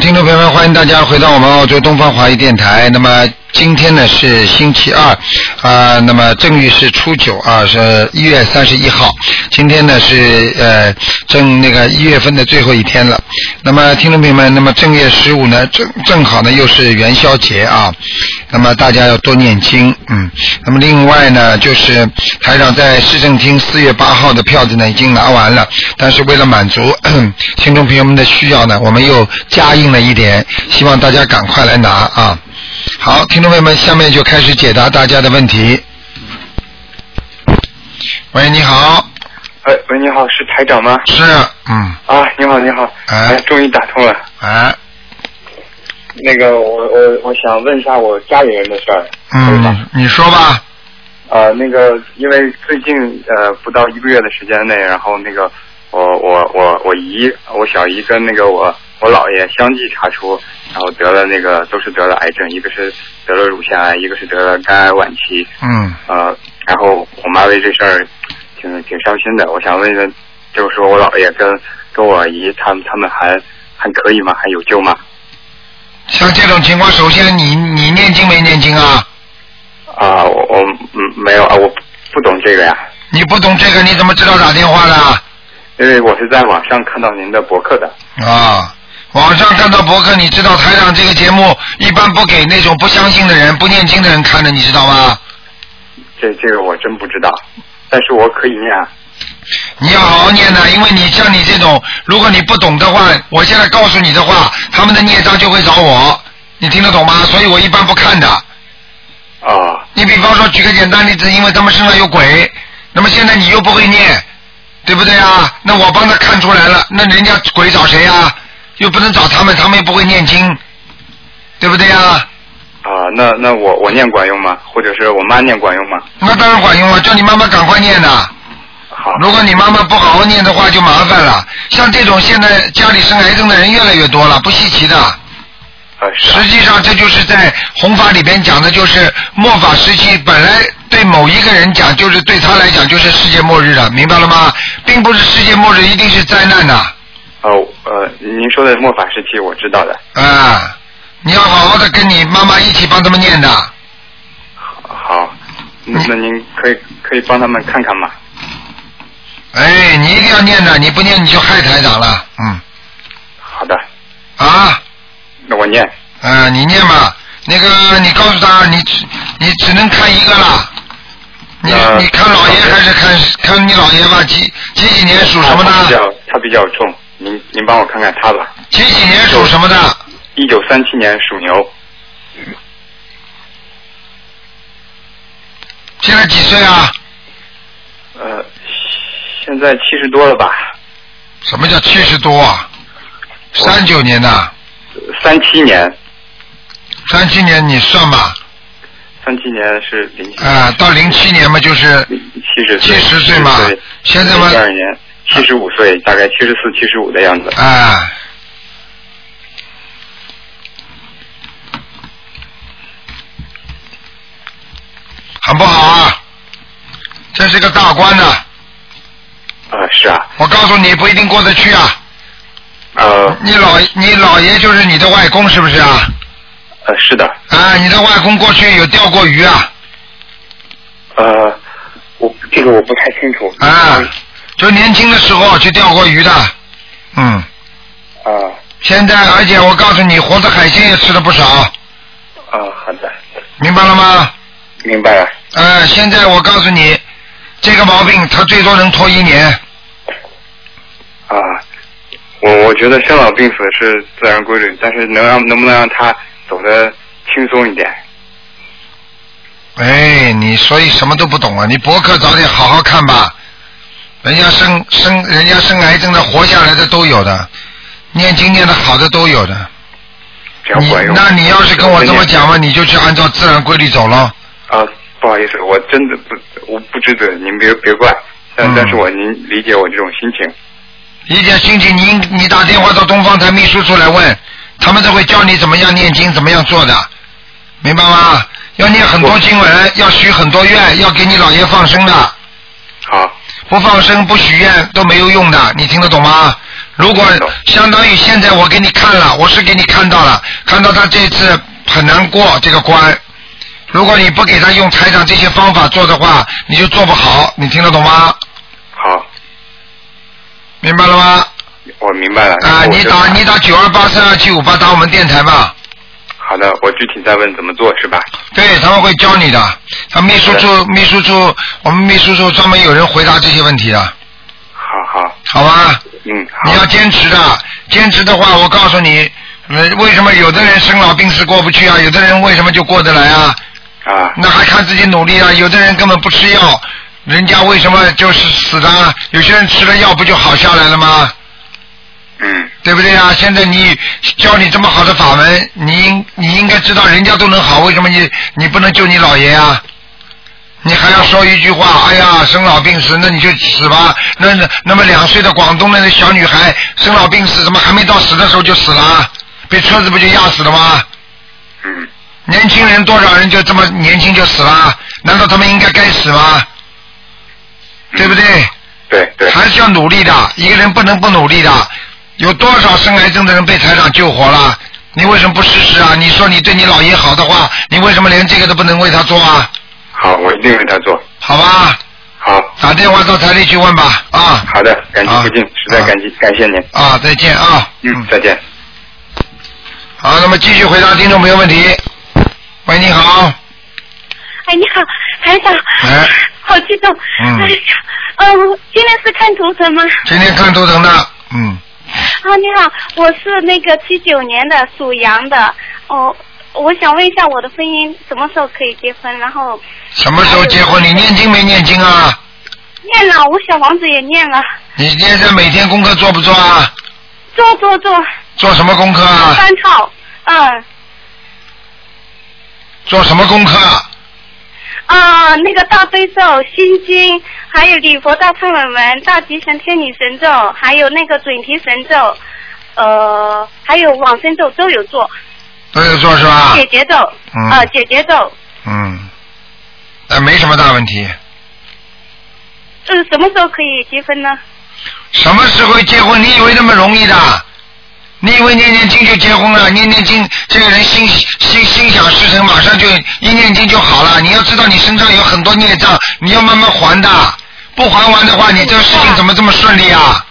听众朋友们，欢迎大家回到我们澳洲东方华语电台。那么今天呢是星期二，啊、那么正月是初九啊，是一月三十一号。今天呢是呃正那个一月份的最后一天了。那么听众朋友们，那么正月十五呢，正正好呢又是元宵节啊。那么大家要多念经，嗯。那么另外呢，就是台长在市政厅四月八号的票子呢已经拿完了，但是为了满足 听众朋友们的需要呢，我们又加印了一点，希望大家赶快来拿啊。好，听众朋友们，下面就开始解答大家的问题。喂，你好，哎，喂，你好，是台长吗？是，嗯，啊，你好，你好，哎哎，终于打通了。哎，那个，我我我想问一下我家里人的事儿。嗯，你说吧，呃，那个，因为最近呃不到一个月的时间内，然后那个我我我我姨，我小姨跟那个我我姥爷相继查出，然后得了那个都是得了癌症，一个是得了乳腺癌，一个是得了肝癌晚期。嗯，呃，然后我妈为这事儿挺挺伤心的。我想问问，就是说我姥爷跟跟我姨他们他们还还可以吗？还有救吗？像这种情况，首先你你念经没念经啊？啊、我我嗯没有啊，我不不懂这个呀，你不懂这个，你怎么知道打电话的？因为我是在网上看到您的博客的。啊，网上看到博客，你知道台长这个节目一般不给那种不相信的人、不念经的人看的，你知道吗？这这个我真不知道，但是我可以念啊。你要好好念的，因为你像你这种，如果你不懂的话，我现在告诉你的话，他们的孽障就会找我，你听得懂吗？所以我一般不看的。啊你比方说，举个简单例子，因为他们身上有鬼，那么现在你又不会念，对不对啊？那我帮他看出来了，那人家鬼找谁啊？又不能找他们，他们又不会念经，对不对啊？啊，那那我我念管用吗？或者是我妈念管用吗？那当然管用了，叫你妈妈赶快念呐。好，如果你妈妈不好好念的话，就麻烦了。像这种现在家里生癌症的人越来越多了，不稀奇的。啊是实际上，这就是在弘法里边讲的，就是末法时期。本来对某一个人讲，就是对他来讲就是世界末日了，明白了吗？并不是世界末日一定是灾难的啊呃，您说的末法时期我知道的。啊！你要好好的跟你妈妈一起帮他们念的。好，那那您可以可以帮他们看看吗？哎，你一定要念的，你不念你就害台长了。嗯好的，啊。那我念。啊，你念吧。那个，你告诉他，你只你只能看一个了。你那你看老爷还是看看你老爷吧？几几几年属什么他比的？较他比较重，您您帮我看看他吧。几几年属什么的？一九三七年属牛，现在几岁啊？呃，现在七十多了吧？什么叫七十多啊？三九年的，三七年，三七年你算吧。三七年是零七啊，到零七年嘛，就是七十七十岁嘛。现在嘛，第二年七十五岁，大概七十四、七十五的样子。啊。很不好啊！这是个大关呐、啊、是啊，我告诉你不一定过得去啊！呃你老你老爷就是你的外公是不是啊？呃，是的，啊，你的外公过去有钓过鱼啊？呃，我这个我不太清楚。啊，就年轻的时候去钓过鱼的。嗯，啊现在而且我告诉你，活的海鲜也吃了不少，啊，好的，明白了吗？明白了。呃，现在我告诉你，这个毛病他最多能拖一年。啊，我我觉得生老病死是自然规律，但是能让能不能让他走得轻松一点？哎，你所以什么都不懂啊！你博客早点好好看吧。人家生生，人家生癌症的活下来的都有的，念经念的好的都有的。这样你管用。那你要是跟我这么讲嘛，吗？你就去按照自然规律走喽。啊，不好意思，我真的不我不知责，您别别怪。但、嗯但是我您理解我这种心情。一点心情，你你打电话到东方台秘书处来问，他们都会教你怎么样念经，怎么样做的，明白吗？要念很多经文，要许很多愿，要给你姥爷放生的。好，不放生、不许愿都没有用的，你听得懂吗？如果相当于现在我给你看了，我是给你看到了，看到他这次很难过这个关。如果你不给他用台长这些方法做的话，你就做不好。你听得懂吗？好，明白了吗？我明白了。啊、你打你打九二八三二七五八打我们电台吧，好的，我具体再问怎么做是吧？对他们会教你的。他秘书处秘书处我们秘书处专门有人回答这些问题的，好好，好吧？嗯，好你要坚持的，坚持的话，我告诉你，呃为什么有的人生老病死过不去啊？有的人为什么就过得来啊？啊，那还看自己努力啊？有的人根本不吃药，人家为什么就是死的啊？有些人吃了药不就好下来了吗？嗯，对不对啊？现在你教你这么好的法门，你应你应该知道人家都能好，为什么你你不能救你老爷啊？你还要说一句话，哎呀，生老病死，那你就死吧。那那那么两岁的广东的小女孩生老病死，怎么还没到死的时候就死了啊？被车子不就压死了吗？嗯，年轻人多少人就这么年轻就死了？难道他们应该该死吗？对不对？对对，还是要努力的，一个人不能不努力的。有多少生癌症的人被台长救活了？你为什么不试试啊？你说你对你姥爷好的话，你为什么连这个都不能为他做啊？好，我一定为他做。好吧，好，打电话到台里去问吧。啊好的，感啊激不尽，实在啊感激，感谢您。啊，再见啊。嗯，再见。好，那么继续回答听众朋友问题。喂，你好。哎，你好，台长，哎，好激动。嗯哎呀，嗯，今天是看图腾吗？今天看图腾的，嗯，啊，你好，我是那个七九年的，属羊的。哦，我想问一下我的婚姻什么时候可以结婚？然后什么时候结婚？你念经没念经啊？念了，我小王子也念了，你现在每天功课做不做啊？做做做，做什么功课啊？三套，嗯。做什么功课啊？啊，那个大悲咒、心经，还有礼佛大忏悔文、大吉祥天女神咒，还有那个准提神咒，呃，还有往生咒都有做，都有做是吧？姐姐咒，嗯啊，姐姐咒，嗯，呃，没什么大问题。呃，什么时候可以结婚呢？什么时候结婚？你以为那么容易的？你以为念念经就结婚了？念念经，这个人心心心想事成，马上就一念经就好了。你要知道，你身上有很多孽障，你要慢慢还的。不还完的话，你这个事情怎么这么顺利啊？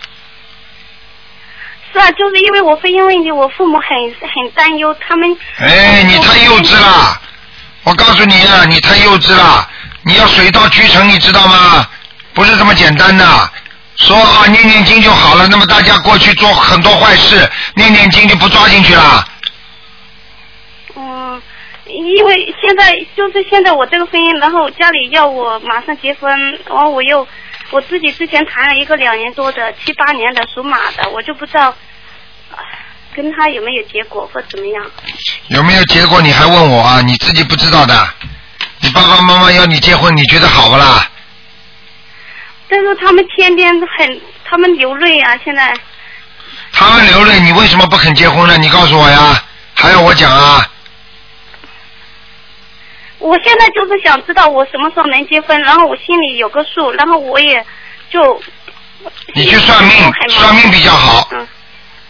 是啊，就是因为我婚姻问题，我父母很很担忧，他们哎，你太幼稚了！我告诉你啊，你太幼稚了！你要水到渠成，你知道吗？不是这么简单的。说啊，念念经就好了。那么大家过去做很多坏事，念念经就不抓进去了。嗯，因为现在就是现在我这个婚姻，然后家里要我马上结婚，然后我又我自己之前谈了一个两年多的七八年的属马的，我就不知道呃跟他有没有结果或怎么样。有没有结果？你还问我啊？你自己不知道的。你爸爸妈妈要你结婚，你觉得好不啦？但是他们天天很，他们流泪啊，现在他们流泪，你为什么不肯结婚呢？你告诉我呀，还要我讲啊？我现在就是想知道我什么时候能结婚，然后我心里有个数，然后我也就。你去算命还蛮算命比较好嗯，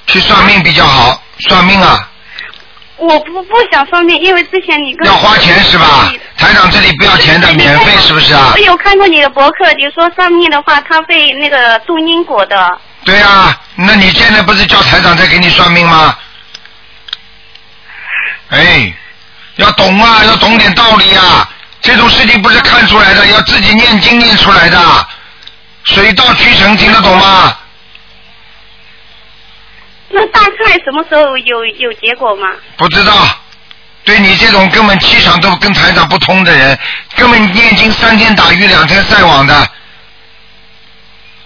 去算命比较好，算命啊。我不不想算命，因为之前你跟要花钱是吧？嗯台长这里不要钱的，免费是不是啊我？有看过你的博客，你说算命的话，他会那个种因果的。对啊，那你现在不是叫台长在给你算命吗？哎，要懂啊，要懂点道理啊，这种事情不是看出来的，要自己念经念出来的，水到渠成，听得懂吗？那大概什么时候有有结果吗？不知道，对你这种根本气场都跟台长不通的人，根本念经三天打鱼两天晒网的，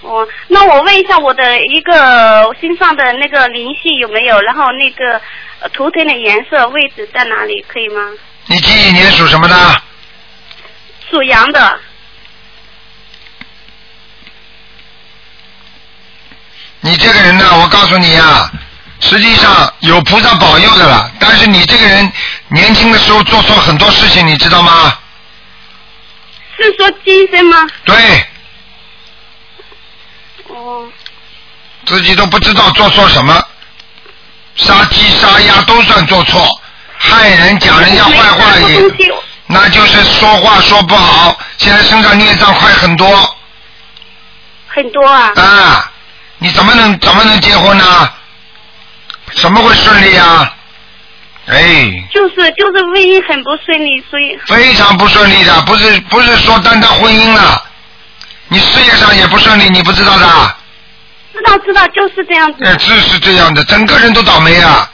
哦，那我问一下我的一个身上的那个灵性有没有，然后那个呃图腾的颜色位置在哪里，可以吗？你几几年属什么的？属羊的，你这个人呢，我告诉你啊，实际上有菩萨保佑的了，但是你这个人年轻的时候做错很多事情，你知道吗？是说今生吗？对，哦，自己都不知道做错什么，杀鸡杀鸭都算做错，害人讲人家坏话没也有拿过东西那就是说话说不好，现在身上孽障快很多很多啊，啊！你怎么能怎么能结婚呢？怎么会顺利啊？哎，就是就是婚姻很不顺利，所以非常不顺利的，不是不是说单单婚姻了，你事业上也不顺利，你不知道的啊，知道知道就是这样子。呃，是是这样的，整个人都倒霉啊！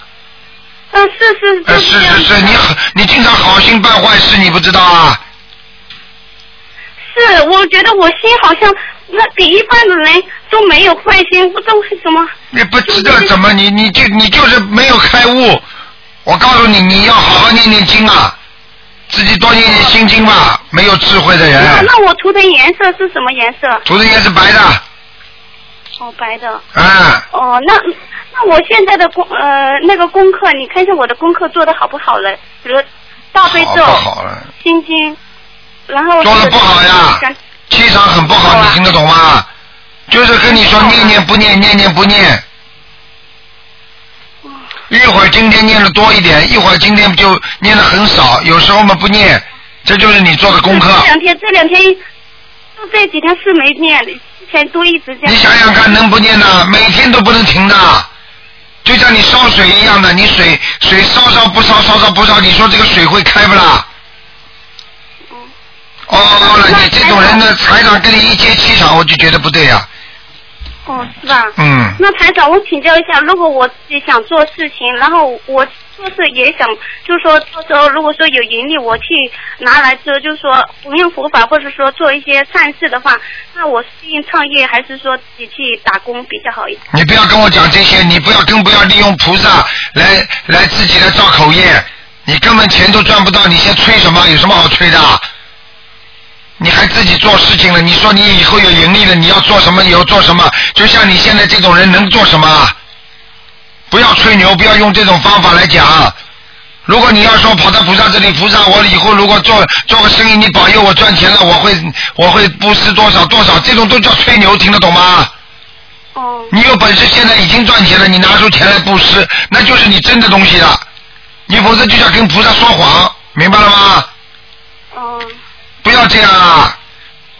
嗯，是是呃，就是是这样是子。是，你好你经常好心办坏事，你不知道啊？是，我觉得我心好像那比一般的人都没有坏心，不知道为什么。你不知嗯道怎么，你你就你就是没有开悟。我告诉你，你要好好念念经啊，自己多念念心经吧。没有智慧的哦那人，那我涂的颜色是什么颜色？涂哎的也是白的，哦，白的。啊、哦，那那我现在的功呃那个功课，你看一下我的功课做的好不好了？比如大悲哦好不咒、好了？心经，然后做得不好呀感气场很不好，好啊你听得懂吗？就是跟你说好啊念念不念，念念不念。一会儿今天念的多一点，一会儿今天就念的很少，有时候嘛不念，这就是你做的功课。这两天这两天就这几天是没念，之前都一直这样。你想想看，能不念呢？每天都不能停的，就像你烧水一样的，你水水烧烧不烧，烧烧不烧，你说这个水会开不啦？嗯哦哦了，那你这种人的财长跟你一接气场，我就觉得不对呀、啊哦，是吧？嗯，那台长，我请教一下，如果我自己想做事情，然后我做事也想，就是说到时候如果说有盈利，我去拿来做，就是说弘扬佛法，或者说做一些善事的话，那我适应创业还是说自己去打工比较好一点？你不要跟我讲这些，你不要更不要利用菩萨来来自己来造口业，你根本钱都赚不到，你先吹什么？有什么好吹的？啊你还自己做事情了？你说你以后有盈利了，你要做什么？你要做什么？就像你现在这种人能做什么？啊不要吹牛，不要用这种方法来讲。啊如果你要说跑到菩萨这里，菩萨，我以后如果做做个生意，你保佑我赚钱了，我会我会布施多少多少，这种都叫吹牛，听得懂吗？哦，你有本事现在已经赚钱了，你拿出钱来布施，那就是你真的东西了。你否则就叫跟菩萨说谎，明白了吗？哦，不要这样啊！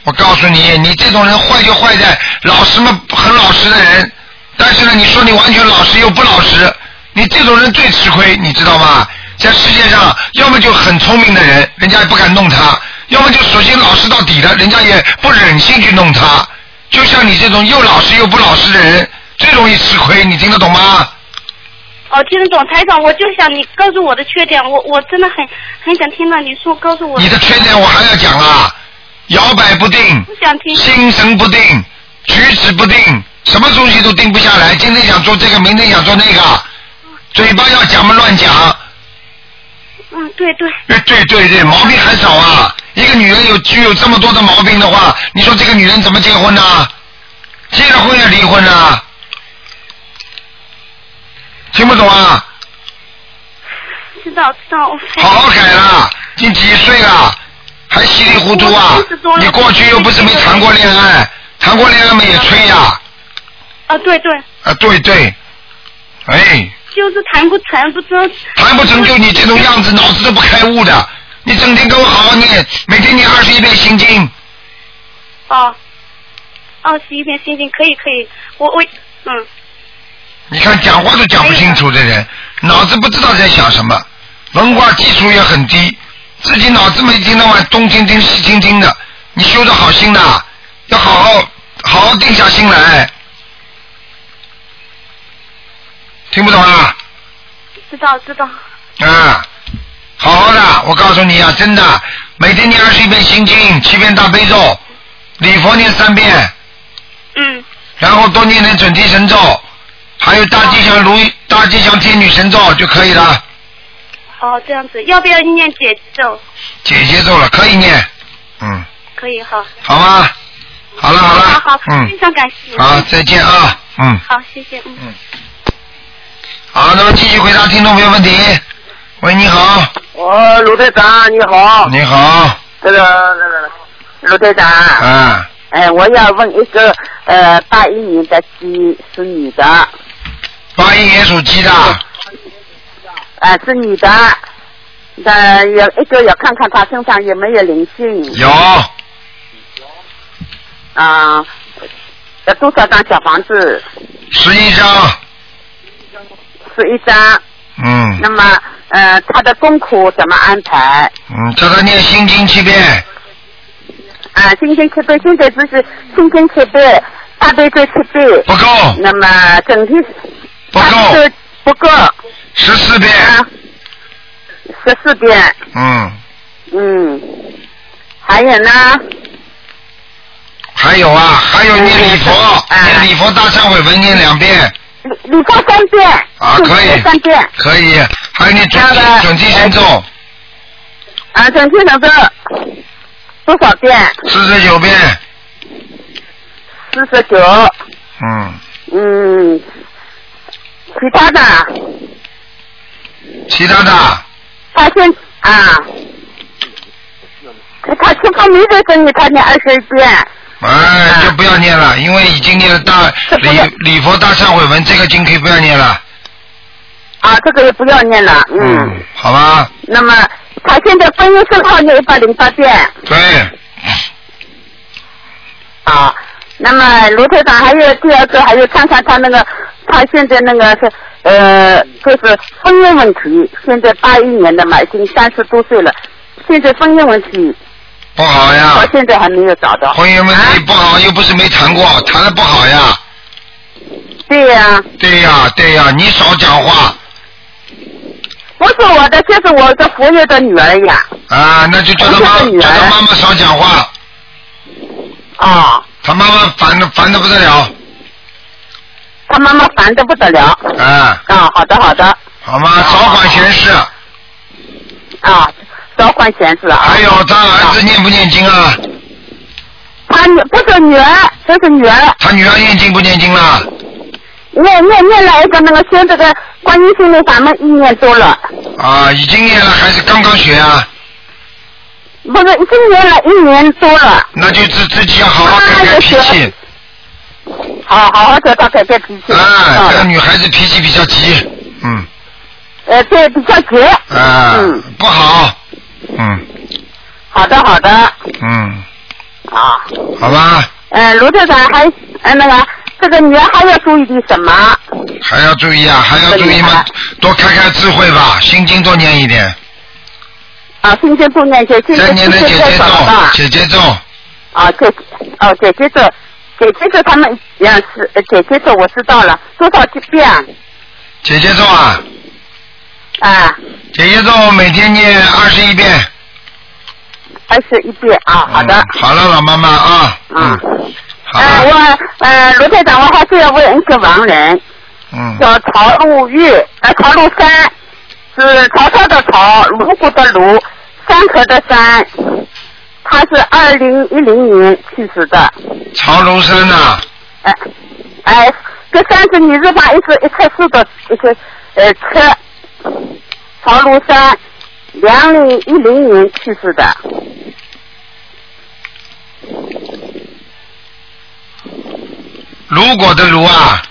我告诉你，你这种人坏就坏在老实嘛，很老实的人，但是呢，你说你完全老实又不老实，你这种人最吃亏，你知道吗？在世界上，要么就很聪明的人，人家也不敢弄他；要么就索性老实到底的，人家也不忍心去弄他。就像你这种又老实又不老实的人，最容易吃亏，你听得懂吗？哦，听得懂，台长，我就想你告诉我的缺点，我我真的很很想听到你说告诉我你的缺点我还要讲啊，摇摆不定。不想听。心神不定，举止不定，什么东西都定不下来。今天想做这个，明天想做那个，嘴巴要讲嘛乱讲。嗯，对对，哎，对对对，毛病很少啊。一个女人有具有这么多的毛病的话，你说这个女人怎么结婚呢、结了婚也离婚呢、听不懂啊？知道知道。好好改啦！你几岁了？还稀里糊涂啊我四十多？了你过去又不是没谈过恋爱，谈过恋爱嘛也吹呀、啊，对对，啊，对对，哎，就是谈不成，不知道。谈不成就你这种样子，脑子都不开悟的。你整天跟我好好念，每天念二十一遍心经，哦，二十一遍心经可以可以，我我嗯，你看讲话都讲不清楚的人，脑子不知道在想什么，文化基础也很低，自己脑子没听到晚东听听西听听的，你修得好心的，要好好好好定下心来。听不懂啊？知道知道。啊，好好的，我告诉你啊，真的，每天念二十一遍心经，七遍大悲咒，礼佛念三遍，嗯，然后多念点准提神咒，还有大吉祥如意大吉祥天女神咒就可以了，哦，这样子，要不要念姐咒？姐姐咒了，可以念，嗯，可以哈。好吗？好了好了，好好，非嗯，常感谢。好，再见啊，嗯，好，谢谢，嗯。好，那么继续回答听众朋友问题。喂，你好，哦，卢队长你好，你好，这个那个卢队长，啊，哎，我要问一个呃八一年的鸡是女的，八一年属鸡的，呃是女的，呃有一个要看看她身上有没有灵性有啊、有多少张小房子？十一张，是一张。那嗯么呃她的功课怎么安排？嗯，叫他念心经七遍，啊，今天七杯，现在不是今天七杯，大杯就七杯，不够，那么整体不大杯够，都不够啊，十四遍，十四遍，嗯，嗯，还有呢，还有啊，还有念礼佛，嗯念礼佛大忏悔文念两遍，礼礼佛三遍，啊诵可以经三遍，可以，还有你准这样提的准提神咒啊，整体能够多少遍？四十九遍，四十九，嗯，嗯，其他的嗯其他的他现啊，他他这方面的跟你他念二十一遍，哎就不要念了，因为已经念了大这不礼是礼佛大忏悔文这个经可以不要念了，啊，这个也不要念了，嗯嗯，好吧，那么他现在婚姻证号有一百零八遍对，啊。那么卢队长还有第二个，还有看看他那个，他现在那个是呃，就是婚姻问题。现在八一年的嘛，已经三十多岁了，现在婚姻问题不好呀到，现在还没有找到。婚姻问题啊不好，又不是没谈过，谈的不好呀。对呀、对呀，对呀，你少讲话不是我的，就是我的佛友的女儿呀。啊，那就叫他妈我是个女叫儿他妈妈少讲话，啊，他妈妈烦的烦的不得了他妈妈烦的不得了。啊，啊，好的好的，好吗？少管闲事。啊，少管闲事啊。还有哎他儿子念不念经啊？他女不是女儿，这是女儿。他女儿念经不念经啦？念念念了一个那个修这个观音心灵法门一年多了，啊，已经念了，还是刚刚学啊？不是已经念了一年多了。那就自自己要好好改改哎脾气好好好叫他改改脾气。啊！这个嗯女孩子脾气比较急，嗯呃，对，比较急。啊嗯，不好，嗯好的，好的。嗯，啊，好吧，呃，卢队长还呃那个这个女儿还要注意点什么？还要注意啊，还要注意嘛，多开开智慧吧，心经多念一点。啊，心经不念经，心三经年的姐太姐咒少了吧，？姐姐咒，啊，姐姐哦，姐姐咒，姐姐咒他们也是呃姐姐咒，我知道了，多少几遍？姐姐咒啊，啊，姐姐咒每天念二十一遍。二十一遍啊，好的。嗯好了，老妈妈啊，啊嗯，好呃，了，我呃，罗队长，我还是要问一个亡人，嗯，叫曹路玉，呃，曹路山，是曹操的曹，卢国的卢，山河的山，他是二零一零年去世的，曹卢生呐，哎、呃，哎、这山是女字旁一是一颗四的一个呃车，曹路山，两零一零年去世的，卢果的卢啊，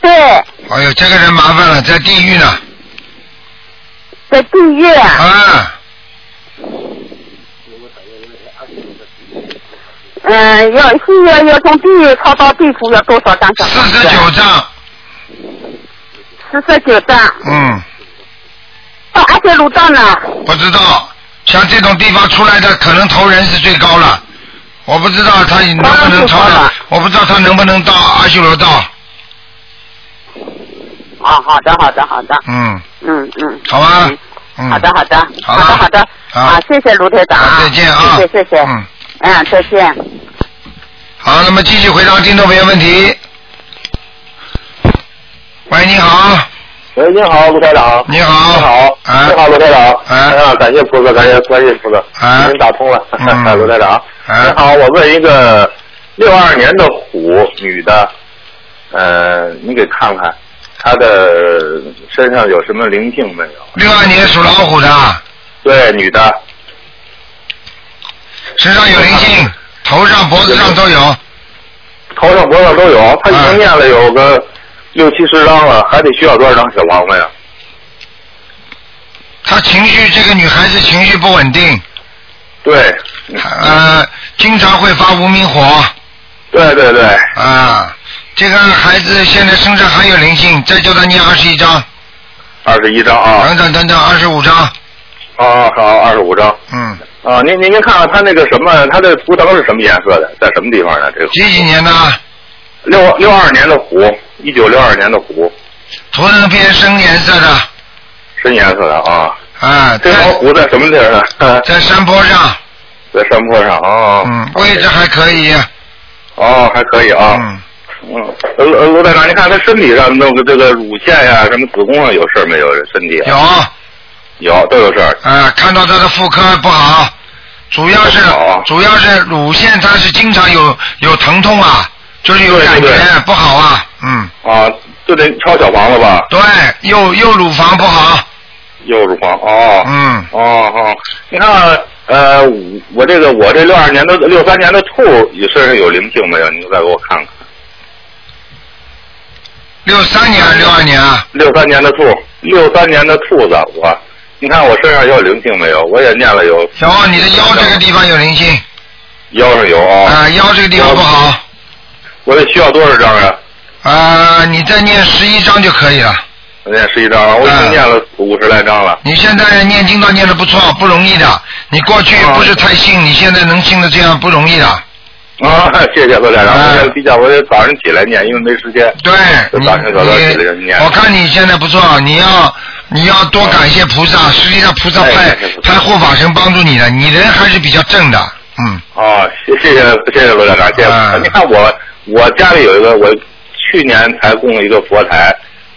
对，哎呦，这个人麻烦了，在地狱呢，在地狱啊。啊，嗯，要需要要从地狱抄到地府要多少张小四房子？啊十九张，四十九张。嗯，到阿修罗道呢？不知道，像这种地方出来的，可能投人是最高了，我不知道他能不能投当然最高了，我不知道他能不能到阿修罗道，哦，好的，好的，好的，嗯，嗯嗯。好吧，嗯，嗯好的，好的，好了的，好的，好啊，谢谢卢队长好再见啊，谢谢，谢谢，嗯。啊嗯，再见。好，那么继续回答听众朋友问题。喂，你好，喂，你好，卢台长。你好你好，啊你好，卢台长。啊啊，感谢菩萨，感谢观世音菩萨，啊您打通了，嗯 卢台长。啊你好，我问一个六二年的虎女的，呃，你给看看她的身上有什么灵性没有？六二年属老虎的，对，女的，身上有灵性，头上、脖子上都有。啊头上、脖子上都有，他已经念了有个六七十张了，还得需要多少张小王八呀？她情绪，这个女孩子情绪不稳定，对，呃，经常会发无名火对对对，啊。这个孩子现在身上还有灵性，再叫她念二十一章，二十一张啊，等等等等，二十五章，啊好，二十五张嗯，啊。您您您看看他那个什么，他的图腾是什么颜色的，在什么地方呢？这个几几年的？六六二年的虎，一九六二年的虎，图腾偏深颜色的深颜色的啊。啊，这老在虎在什么地儿呢？啊在山坡上，在山坡上啊。嗯，位置还可以，哦，还可以啊。嗯，嗯，呃呃，罗台长，您看他身体上那个这个乳腺呀、什么子宫啊上有事儿没有？身体啊有有都有事儿。啊，看到他的妇科不好，主要是不好啊主要是乳腺它是经常有有疼痛啊，就是有对感对觉不好啊，嗯，啊，就得抄小房子吧，对，右右乳房不好，右乳房哦，嗯，哦哦，你看呃，我这个我这六二年的六三年的兔也身上有灵性没有？您再给我看看，六三年还是六二年啊？六三年的兔，六三年的兔子，啊我你看我身上有灵性没有？我也念了有小王，你的腰这个地方有灵性腰上有啊、啊，腰这个地方不好我得需要多少张啊？啊，你再念十一章就可以了。我念十一张啊，我已嗯经念了五十来张了。你现在念经倒念的不错，不容易的。你过去哦不是太信，你现在能信的这样不容易的。啊，谢谢罗台长，哎我先比较，我得早上起来念，因为没时间。对，就你早上早早起来就你念，我看你现在不错，你要你要多感谢菩萨。实际上菩萨哎派感谢菩萨派护法神帮助你的，你人还是比较正的。嗯，啊，谢谢谢谢谢罗站长，谢谢。哎你看我我家里有一个，我去年才供了一个佛台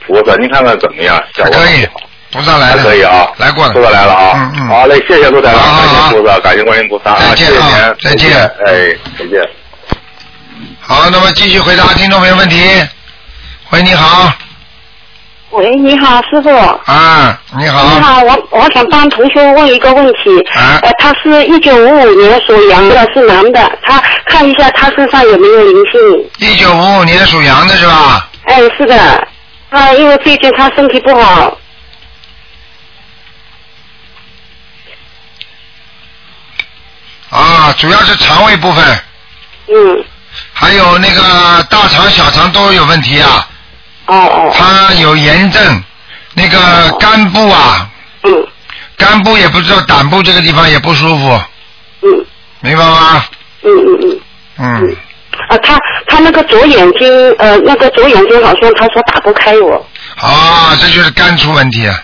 菩萨，您看看怎么样？效还果可以，菩萨来还了，可以啊，来过了菩萨来了啊，嗯嗯好嘞，谢谢罗站长，好好好感谢菩萨，感谢观音菩萨啊，再见谢谢您啊，再见哎，再见。好，那么继续回答听众朋友问题。喂，你好，喂，你好，师傅。啊，你好，你好，我我想帮同学问一个问题。啊呃，他是一九五五年属羊的，是男的。他看一下他身上有没有灵性？一九五五年属羊的是吧？哎，是的。啊，因为最近他身体不好。啊，主要是肠胃部分，嗯。还有那个大肠、小肠都有问题啊。哦哦。他有炎症，那个肝部啊，嗯肝部也不知道，胆部这个地方也不舒服，嗯明白吗？嗯嗯嗯。嗯，啊，他他那个左眼睛，呃，那个左眼睛好像他说打不开我。啊，这就是肝出问题啊！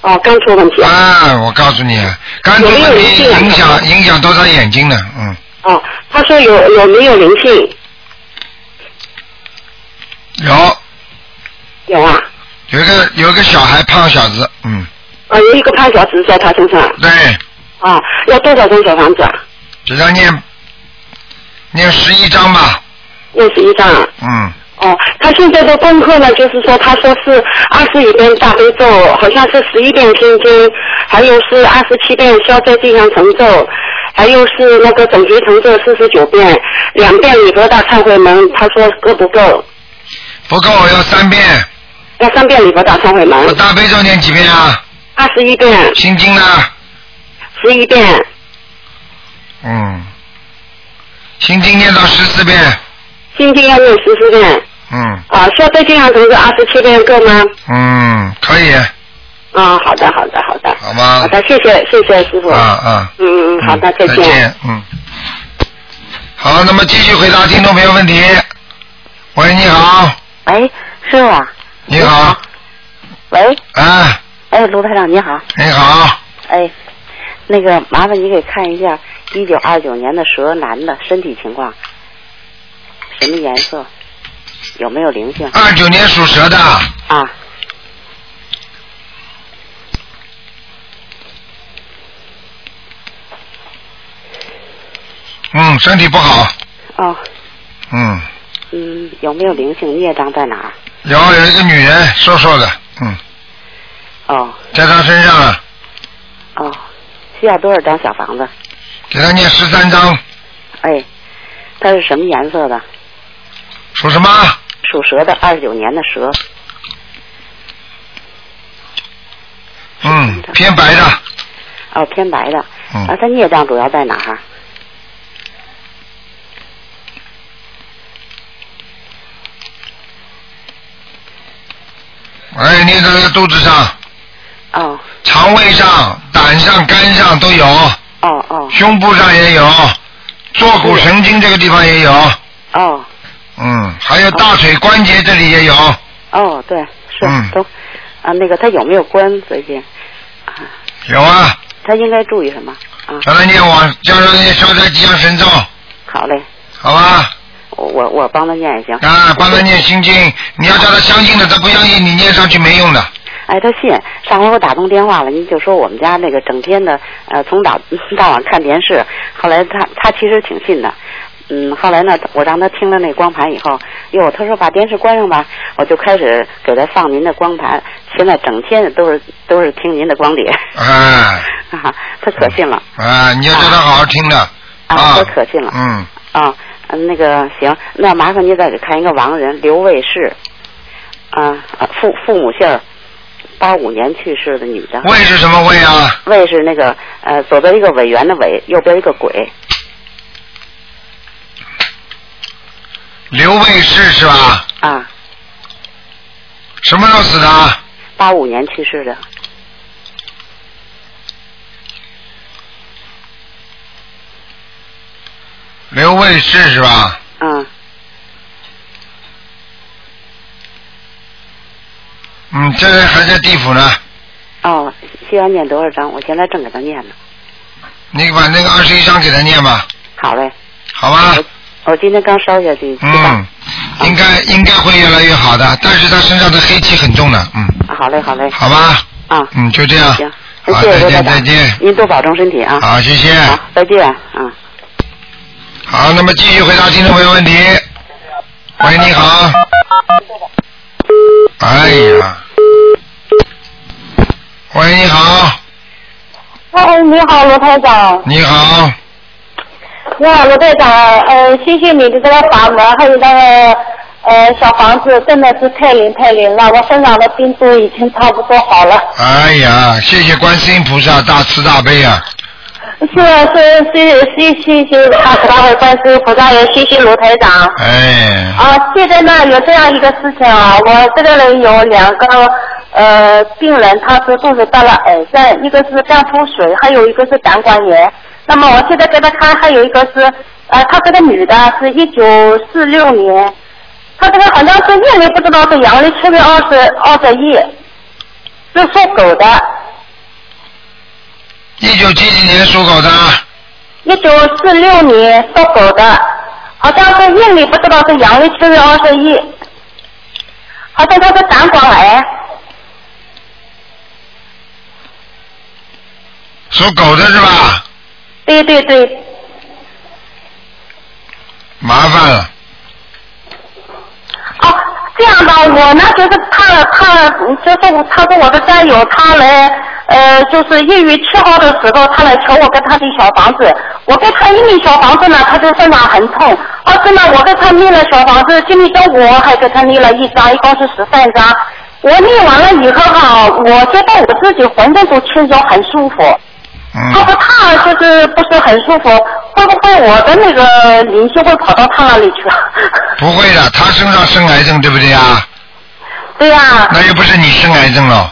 哦，肝出问题。啊，我告诉你，肝出有问没有题灵性啊影响影响多少眼睛呢？嗯，哦，他说有有没有灵性？有有啊。有一个有一个小孩胖小子，嗯，啊，有一个胖小子在他身上。对，啊，要多少张小房子啊？给他念念十一章吧，六十一张啊。嗯，哦，他现在的功课呢，就是说，他说是二十一遍大悲咒，好像是十一遍心经，还有是二十七遍消灾吉祥神咒，还有是那个总结成咒四十九遍，两遍礼佛大忏悔门，他说够不够？不够要三遍，要三遍礼佛大忏悔门我，哦大悲咒念几遍啊？二十一遍，心经啊呢？十一遍，嗯，心经念到十四遍，心经要念十四遍，嗯啊，消灾吉祥神咒二十七遍够吗？嗯，可以，啊，好的，好的，好的，好吗？好的，谢谢，谢谢师傅。啊啊，嗯嗯，嗯，好的，再见，嗯。好，那么继续回答听众朋友问题。喂，你好，喂，师傅啊，你好，喂，啊，哎，卢台长你好，你好，哎，那个麻烦你给看一下一九二九年的蛇男的身体情况，什么颜色，有没有灵性二九年属蛇的，啊？嗯，身体不好，哦，嗯，嗯，有没有灵性？业障在哪儿？有有一个女人瘦瘦的，嗯，哦在她身上啊了，哦，需要多少张小房子？给她念十三章，哎，它是什么颜色的？属什么？属蛇的，二九年的蛇，嗯，偏白的，哦，偏白的。嗯啊，它孽障主要在哪儿？啊哎，那个肚子上、哦肠胃上、胆上、肝上都有，哦哦胸部上也有，坐骨神经这个地方也有，哦嗯，还有大腿关节这里也有，哦，对，是、嗯都啊，那个他有没有关最近？啊，有啊，他应该注意什么？啊，叫他念往，叫他念消灾吉祥神咒，好嘞，好吧？我我我帮他念也行。啊，帮他念心经，你要叫他相信的，他不相信你念上去没用的。哎，他信。上回我打通电话了，您就说我们家那个整天的，呃，从早到晚看电视。后来他他其实挺信的，嗯，后来呢，我让他听了那光盘以后，哟，他说把电视关上吧，我就开始给他放您的光盘。现在整天都是都是听您的光碟，啊啊，他可信了，啊，你要叫他好好听的啊他，可信了，嗯，啊，嗯那个行，那麻烦您再给看一个亡人刘卫氏，啊，啊父父母姓儿，八五年去世的女的。胃是什么胃啊？魏是那个呃左边一个委员的委，右边一个鬼。刘卫氏是吧？啊，什么时候死的啊？八五年去世的。刘卫氏是吧？嗯，嗯，这人还在地府呢。哦，需要念多少章？我现在正给他念呢。你把那个二十一章给他念吧，好嘞，好吧？我今天刚烧下去，知道。嗯，应该应该会越来越好的，但是他身上的黑气很重的，嗯，啊好嘞，好嘞。好吧？啊，嗯，就这样。行，那好，谢谢再刘台见，再长，见。您多保重身体啊。好，谢谢。好，再见啊。嗯好，那么继续回答听众朋友问题。喂，你好。哎呀。喂，你好，哎，你好，罗台长。你好，你好，罗台长。呃，谢谢你的这个法门，还有那个呃小房子，真的是太灵太灵了。我身上的病都已经差不多好了。哎呀，谢谢观世音菩萨大慈大悲啊！是啊是是啊谢谢谢大慈大悲观世音菩萨，也谢谢罗台长。哎，啊，现在呢有这样一个事情啊，我这个人有两个呃病人，他是肚子得了癌症，一个是肝腹水，还有一个是胆管炎。那么我现在给他看，还有一个是呃，他这个女的是一九四六年，他这个好像是阴历不知道是阳历七月二十二十一，是属狗的，一九七几年属狗的，一九四六年属狗的，好像是阴历不知道是阳历七月二十一，好像他是胆管癌。属狗的是吧？对对对，麻烦了，哦，这样吧，我呢就是怕怕，就是他是我的战友，他来呃，就是一月七号的时候，他来求我给他的小房子，我给他一米小房子呢，他就身上很痛，二是呢，我给他念了小房子，今天中午我还给他念了一张，一共是十三张。我念完了以后哈、我觉得我自己浑身都轻松，很舒服。他不嗯，烫就是不是很舒服，会不会我的那个灵性会跑到他那里去了？不会的，他身上生癌症对不对啊？对啊呀、那又不是你生癌症了，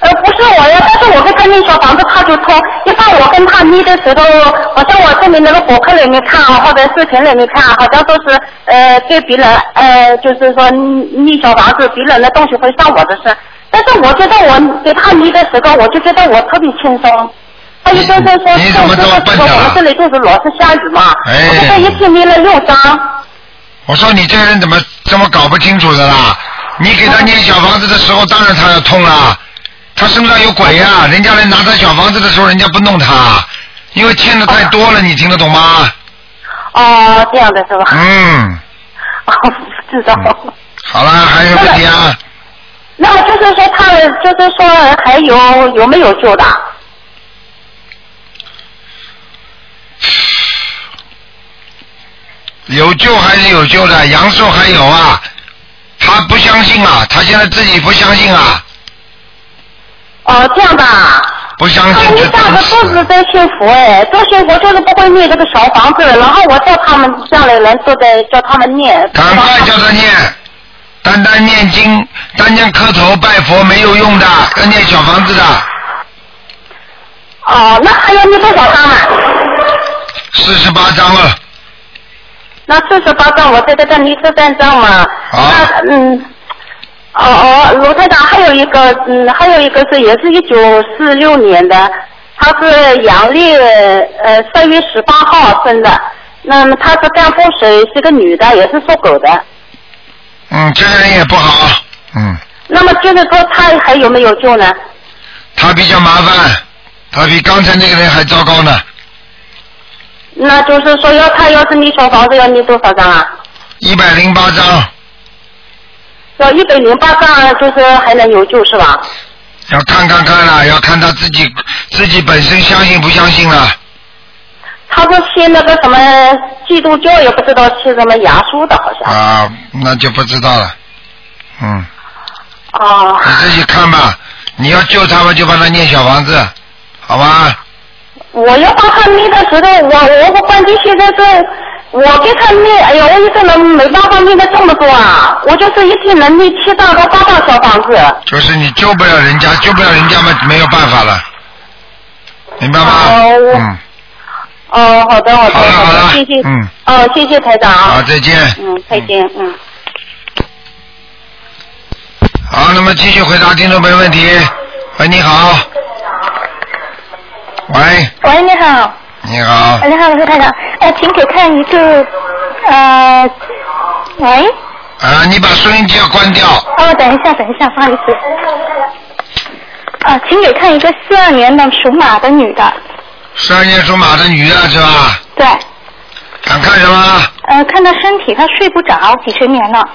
呃，不是我呀，但是我跟他那小房子他就通。一般我跟他捏的时候，好像我这里那个博客里面看啊，或者视频里面看啊，好像都是呃对别人呃，就是说捏小房子，别人的东西会上我的身。但是我觉得我给他捏的时候，我就觉得我特别轻松。他一跟说说，你你怎么这么笨呢说我们这里就是老是下雨嘛，哎我给他一天捏了六张。我说你这个人怎么这么搞不清楚的啦？你给他念小房子的时候，当然他要痛啦，他身上有鬼呀、人家来拿他小房子的时候，人家不弄他，因为欠的太多了，你听得懂吗？哦，这样的是吧？嗯，哦，不知道。好啦，还有问题啊？那么就是说他，就是说还有有没有救的？有救还是有救的，阳寿还有啊。他不相信啊，他现在自己不相信啊，哦，这样的啊。不相他信们一就下等子死肚子都幸福哎，都幸福就是不会念这个小房子，然后我叫他们家里人都得叫他们念。赶快叫他念，单单念经，单单磕头拜佛没有用的，要念小房子的，哦，那还要念多少章啊？四十八章了，那四十八章，我再给他念十三章嘛。好那嗯。哦哦，卢台长还有一个，嗯，还有一个是也是一九四六年的，他是阳历呃三月十八号生的，那么他是干风水，是个女的，也是属狗的。嗯，这个人也不好，嗯，那么就是说他还有没有救呢？他比较麻烦，他比刚才那个人还糟糕呢，那就是说要他要是你小房子要你多少张啊？一百零八章，要一百零八张，就是还能有救是吧？要看看看了，要看他自己自己本身相信不相信了，他说信那个什么基督教也不知道信什么耶稣的，好像。啊，那就不知道了，嗯，哦你自己看吧，你要救他们就帮他念小房子，好吧？我要帮他念的时候，我我关键现在是，我给他念，哎呀，我一个人没办法念的这么多啊，我就是一天能念七张到八张小房子。就是你救不了人家，救不了人家嘛，没有办法了，明白吗？哦我嗯，哦，好的好的好了好的，了，谢谢，嗯，哦谢谢台长好，啊，再见。嗯再见嗯。好，那么继续回答听众朋友问题。喂，你好。喂，喂，你好，你好呃。你好，我是台长，呃，请给看一个，呃，喂，啊，你把收音机要关掉。哦，等一下，等一下，不好意思，啊，请给看一个四二年的属马的女的，十二年属马的女的是吧？对，想看什么？呃，看她身体，她睡不着，几十年了，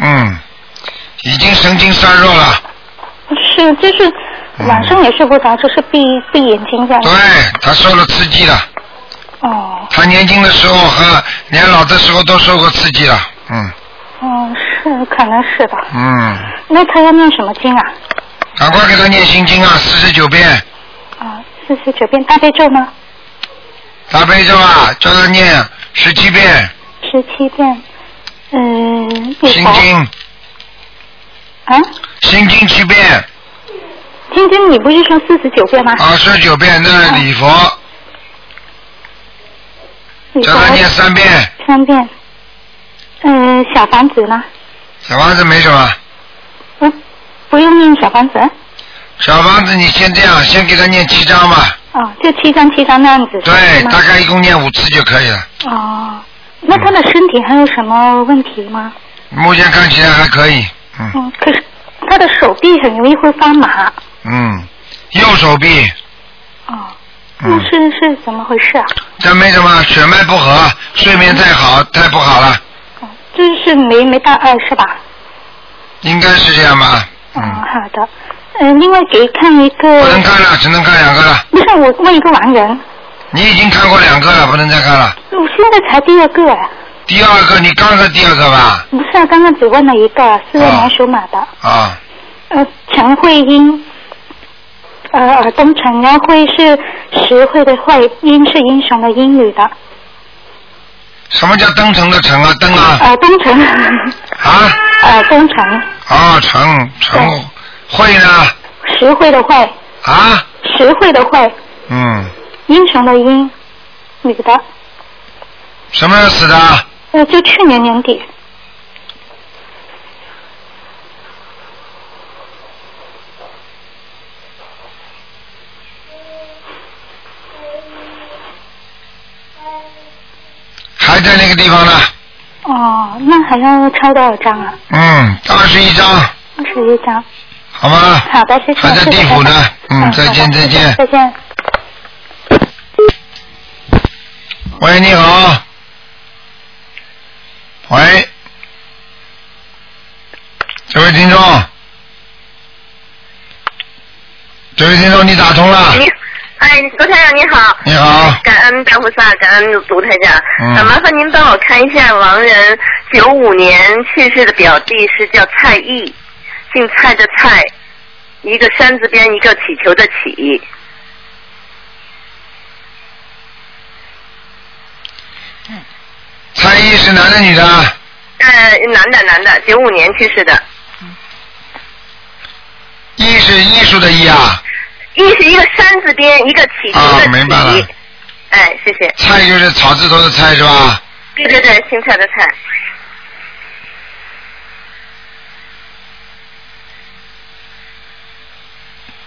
嗯，已经神经衰弱了。是就是嗯晚上也睡不着，就是闭闭眼睛这样，对，哎她受了刺激了。哦，她年轻的时候和年老的时候都受过刺激了。嗯嗯，是可能是吧，嗯。那她要念什么经啊？赶快给他念心经啊，四十九遍啊，四十九遍大悲咒吗？大悲咒啊，叫他念十七遍十七遍，嗯，念佛心经，啊。心经七遍晶晶，你不是说四十九遍吗？啊，十九遍那礼佛，你叫说他念三遍，三遍。嗯，小房子呢？小房子没什么。不，不用念小房子。小房子，你先这样，先给他念七章吧。哦，就七张七张那样子。对，是吗大概一共念五次就可以了。哦，那他的身体还有什么问题吗？目前看起来还可以，嗯嗯，可是他的手臂很容易会发麻。嗯，右手臂，哦，那嗯，是是怎么回事啊？这没什么，血脉不和，睡眠太好太不好了，哦，就是没没大碍是吧？应该是这样吧？哦，嗯，好的。嗯，另外给看一不能个，看了，只能看两个了。不是我问一个完人，你已经看过两个了，不能再看了。我现在才第二个哎。第二个，你刚看第二个吧？不是啊，刚刚只问了一个，四个年属马的，啊，呃，陈慧英，呃，耳东陈，然后慧是实惠的惠，英是英雄的英语啊的，什么叫登城的城啊？登啊耳呃东陈， 啊耳东陈，啊，城城会呢？实惠的惠，啊，实惠的惠，嗯，英雄的英，女的，什么时候死的？呃，就去年年底，还在那个地方呢。哦，那还要抄多少张啊？嗯，二十一张，二十一张。好吗？好的，谢谢。还在地府呢谢谢嗯好的再见再见再见。喂，你好。喂，这位听哎众，这位听众，你打通了？你哎，罗台长您好。你好。感恩大菩萨，感恩卢台长。嗯呃麻烦您帮我看一下亡人九五年去世的表弟是叫蔡毅，姓蔡的蔡，一个山字边，一个祈求的祈。蔡毅是男的女的？呃，男的男的，九五年去世的。艺是艺术的艺啊。一是一个山字边，一个祈求的啊祈。，明白了。哎，谢谢。蔡就是草字头的蔡是吧？对对对，姓蔡的蔡。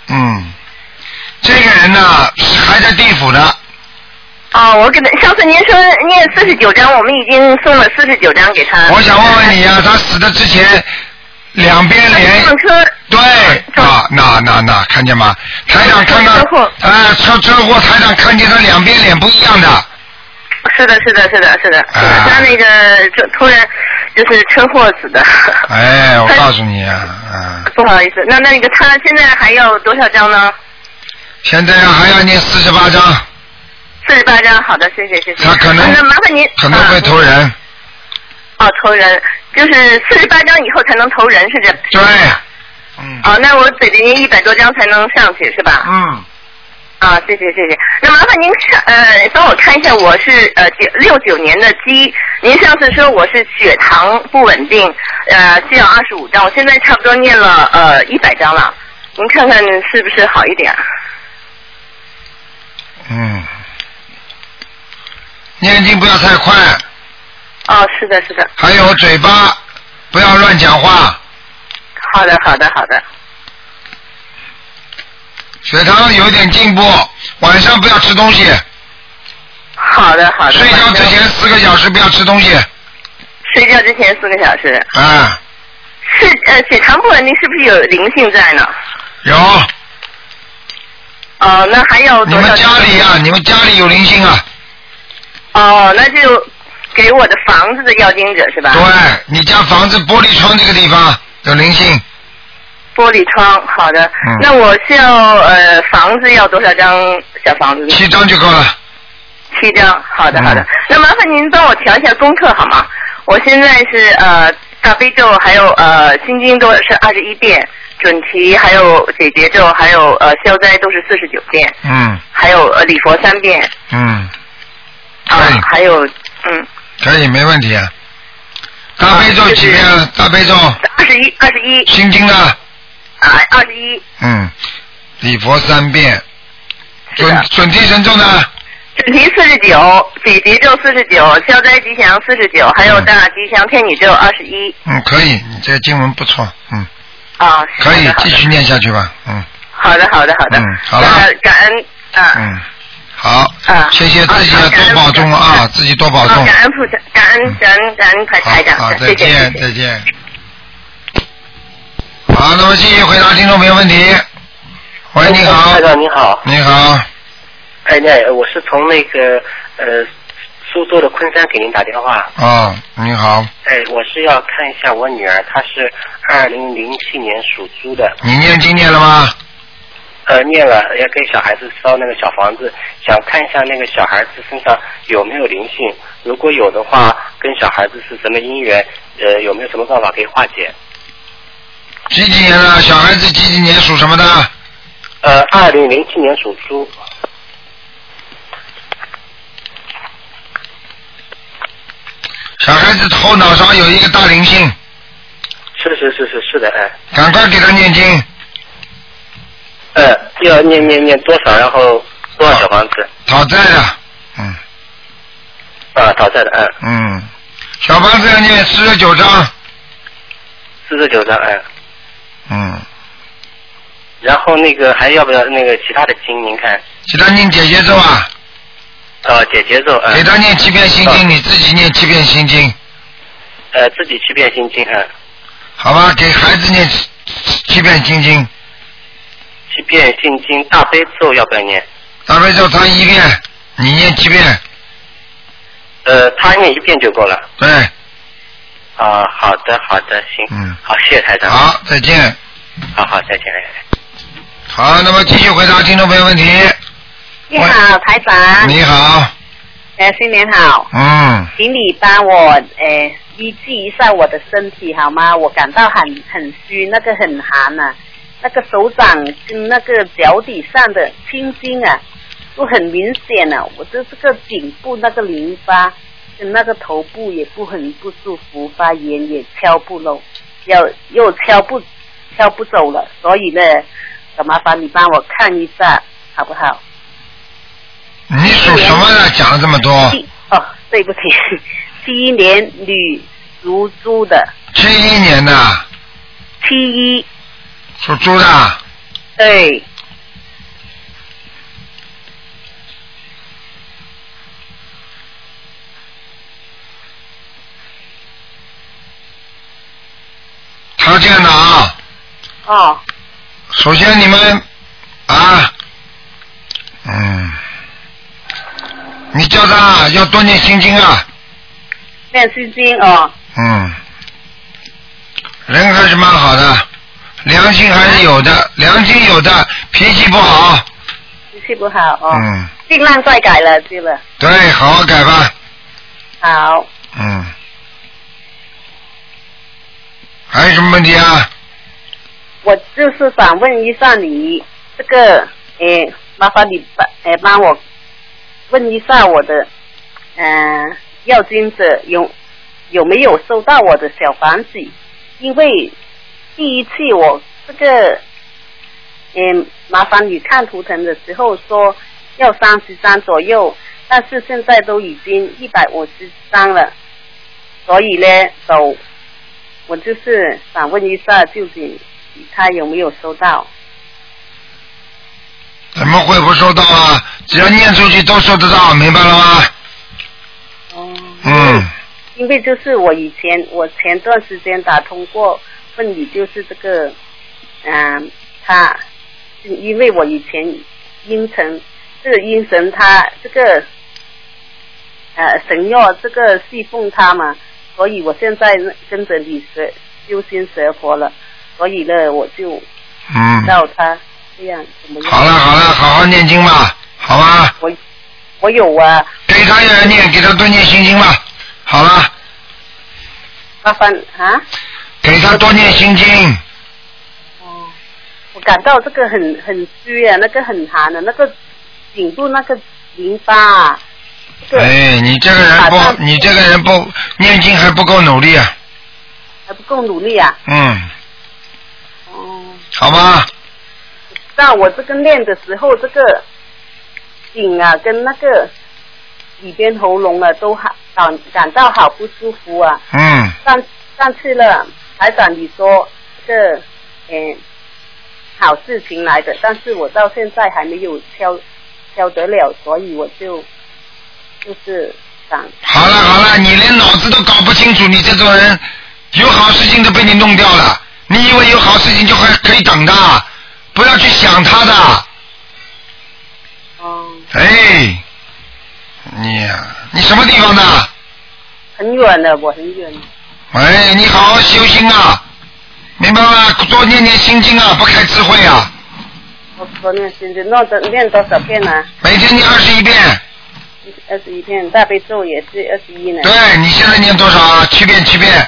嗯，这个人呢是还在地府呢。哦，我给他上次您说念四十九章，我们已经送了四十九章给他。我想问问你啊，他死的之前两边脸撞车对啊，那那那看见吗？台长看到车祸啊，车车祸，台长看见他两边脸不一样的。是的，是的，是的，是的，是的啊他那个就突然就是车祸死的。 哎，我告诉你啊，啊，不好意思，那那个他现在还要多少张呢？现在啊还要念四十八章，四十八张，好的，谢谢谢谢。他可能啊那麻烦您可能会投、人。啊啊哦，投人就是四十八张以后才能投人是这。对，哦，那我得您一百多张才能上去是吧？嗯。啊，谢谢谢谢。那麻烦您看，呃，帮我看一下，我是呃九六九年的鸡。您上次说我是血糖不稳定，呃，需要二十五张，我现在差不多念了呃一百张了。您看看是不是好一点？嗯，念经不要太快，哦，是的，是的，还有嘴巴不要乱讲话，好的，好的，好的。血糖有点进步，晚上不要吃东西，好的，好的。睡觉之前四个小时不要吃东西，睡觉之前四个小时啊，是呃血糖不稳定，是不是有灵性在呢？有哦、那还有你多们少？家里啊，你们家里有灵性啊，哦，那就给我的房子的要经者是吧？对你家房子玻璃窗这个地方有灵性，玻璃窗，好的。嗯那我需要呃房子要多少张小房子呢？七张就够了，七张，好的嗯好的。那麻烦您帮我调一下功课好吗？我现在是呃大悲咒，还有呃心经都是二十一遍，准提还有呃解结咒，还有呃消灾都是四十九遍，嗯还有呃礼佛三遍嗯，啊、可以还有嗯可以没问题啊，大悲咒几遍啊？大悲咒，二十一二十一心经呢？啊二十一嗯，礼佛三遍，是的准准提神咒呢？准提四十九，解结咒四十九，消灾吉祥四十九，还有大吉祥天女咒二十一。嗯，可以，你这个经文不错，嗯，啊，可以好的继续念下去吧，嗯好的，好的，好的。嗯好了那感恩啊。嗯，好，啊谢谢自己要啊感多恩保重感啊，恩自己多保啊，重，感恩菩萨，感恩感恩感恩台台好，好，长，再谢谢见，谢谢再见。好，那么继续回答听众朋友问题。喂，你好哎台，长你好，你好，哎，那我是从那个呃苏州的昆山给您打电话，哦，你好，哎，我是要看一下我女儿，她是二零零七年属猪的，你念经念了吗？呃，念了要给小孩子烧那个小房子，想看一下那个小孩子身上有没有灵性，如果有的话，跟小孩子是什么因缘，呃，有没有什么办法可以化解？几几年的？小孩子几几年属什么的？呃，二零零七年属猪，小孩子头脑上有一个大灵性，是是是是是的，哎，赶快给他念经。嗯呃，要念念念多少，然后多少小房子？讨债的，嗯啊，讨债的，嗯。嗯，小房子要念四十九章，四十九张，哎，嗯，然后那个还要不要那个其他的经？您看，给他念姐姐咒啊，呃，解节奏，嗯给他念七遍心经，嗯你自己念七遍心经，呃，自己去变心经，嗯，好吧？给孩子念七七遍心经，去变心经，大悲咒要不要念？大悲咒他一遍，你念七遍，呃，他念一遍就够了。对，啊，好的，好的，行，嗯好，谢谢台长，好，好，再见。好好，再见。哎好，那么继续回答听众朋友问题。你好，台长。你。好，哎，新年好，嗯，请你帮我哎医治一下我的身体好吗？我感到很很虚，那个很寒呐、那个手掌跟那个脚底上的青筋啊，都很明显啊。我的这个颈部那个淋巴跟那个头部也不很不舒服，发炎也敲不漏，要又敲不敲不走了，所以呢，麻烦你帮我看一下好不好？你属什么的？讲了这么多，哦，对不起， 七一年女属猪的，七一年的，七一属猪的，对，条件的啊。嗯哦，首先你们啊，嗯，你叫他要多念心经啊，念心经哦，嗯，人还是蛮好的，良心还是有的，良心有的，脾气不好，脾气不好哦，嗯，尽量再改了，对了，对，好好改吧，好，嗯。还有什么问题啊？我就是想问一下你这个，哎，麻烦你帮，哎，帮我问一下我的，嗯、要经者有有没有收到我的小房子？因为第一次我这个，嗯，麻烦你看图腾的时候说要三十张左右，但是现在都已经一百五十张了，所以呢，走，我就是想问一下，究竟他有没有收到？怎么会不收到啊？只要念出去都收得到，明白了吗？嗯，因为就是我以前我前段时间打通过问你，就是这个，嗯、他因为我以前阴沉，这个阴神他这个呃神药这个侍奉他嘛，所以我现在跟着你学修心学佛了，所以呢我就嗯知道他这样怎么样。好了好了，好好念经吧，好吧？我我有啊。给他也要念，给他多念心经吧。好了，麻烦啊，给他多念心经。我感到这个很很虚啊，那个很寒的、那个颈部那个淋巴、啊。哎，你这个人不，你这个人不念经还不够努力啊。还不够努力啊！嗯。好吗？那我这个练的时候，这个颈啊跟那个里边喉咙啊都好感感到好不舒服啊。嗯，上上次了，台长你说这个嗯好事情来的，但是我到现在还没有敲敲得了，所以我就就是想好了好了，你连脑子都搞不清楚，你这种人有好事情都被你弄掉了。你以为有好事情就还可以等的？不要去想他的。哎，你呀、你什么地方的？很远了，我很远。哎，你好好修心啊，明白吗？多念念心经啊，不开智慧啊，我昨天心经弄的念多少遍呢、啊？每天念二十一遍。二十一遍，大悲咒也是二十一呢。对哎你现在念多少啊？七遍，七遍。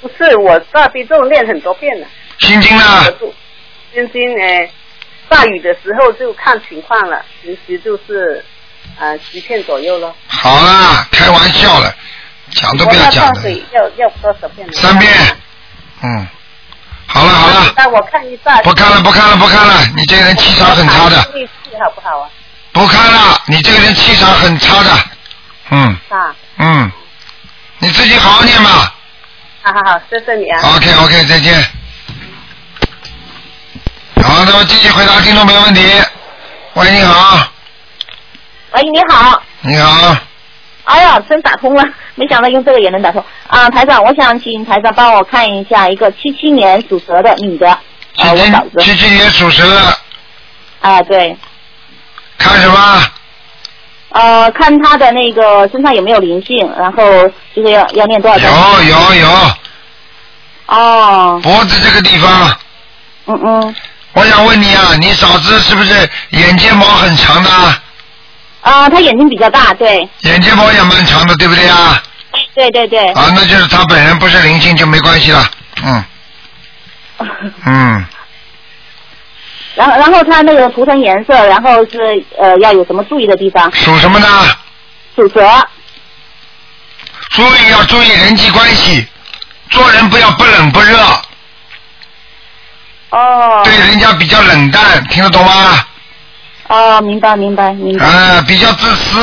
不是我大悲咒念很多啊遍了。心经呢？心经哎，下雨的时候就看情况了，平时就是啊、呃、十片左右了。好啦，开玩笑了，讲都不要我讲那了放。水要要多少片呢？啊三遍。嗯，好了好了，那我看一下。不看了不看了不看了，你这个人气场很差的，内气好不好啊？不看了，你这个人气场很差的。嗯啊，嗯，你自己好好念吧。好好好，谢谢你啊。 OK OK，再见。好，那么继续回答听众朋友问题。喂，你好，喂，哎你好，你好，哎呀，真打通了， 没想到用这个也能打通啊！台长，我想请台长帮我看一下一个七七年属蛇的女的，七七七七年属蛇的，啊，对，看什么？呃，看她的那个身上有没有灵性，然后就是要要念多少张？有有有，哦，脖子这个地方。嗯嗯。我想问你啊，你嫂子是不是眼睫毛很长的啊？啊，他眼睛比较大，对，眼睫毛也蛮长的，对不对啊？对对对。啊，那就是他本人不是灵性就没关系了。嗯。嗯，然后然后他那个图腾颜色，然后是呃要有什么注意的地方？属什么呢？属蛇。注意要注意人际关系，做人不要不冷不热。哦。对人家比较冷淡，听得懂吗？哦，明白明白明白。啊，比较自私。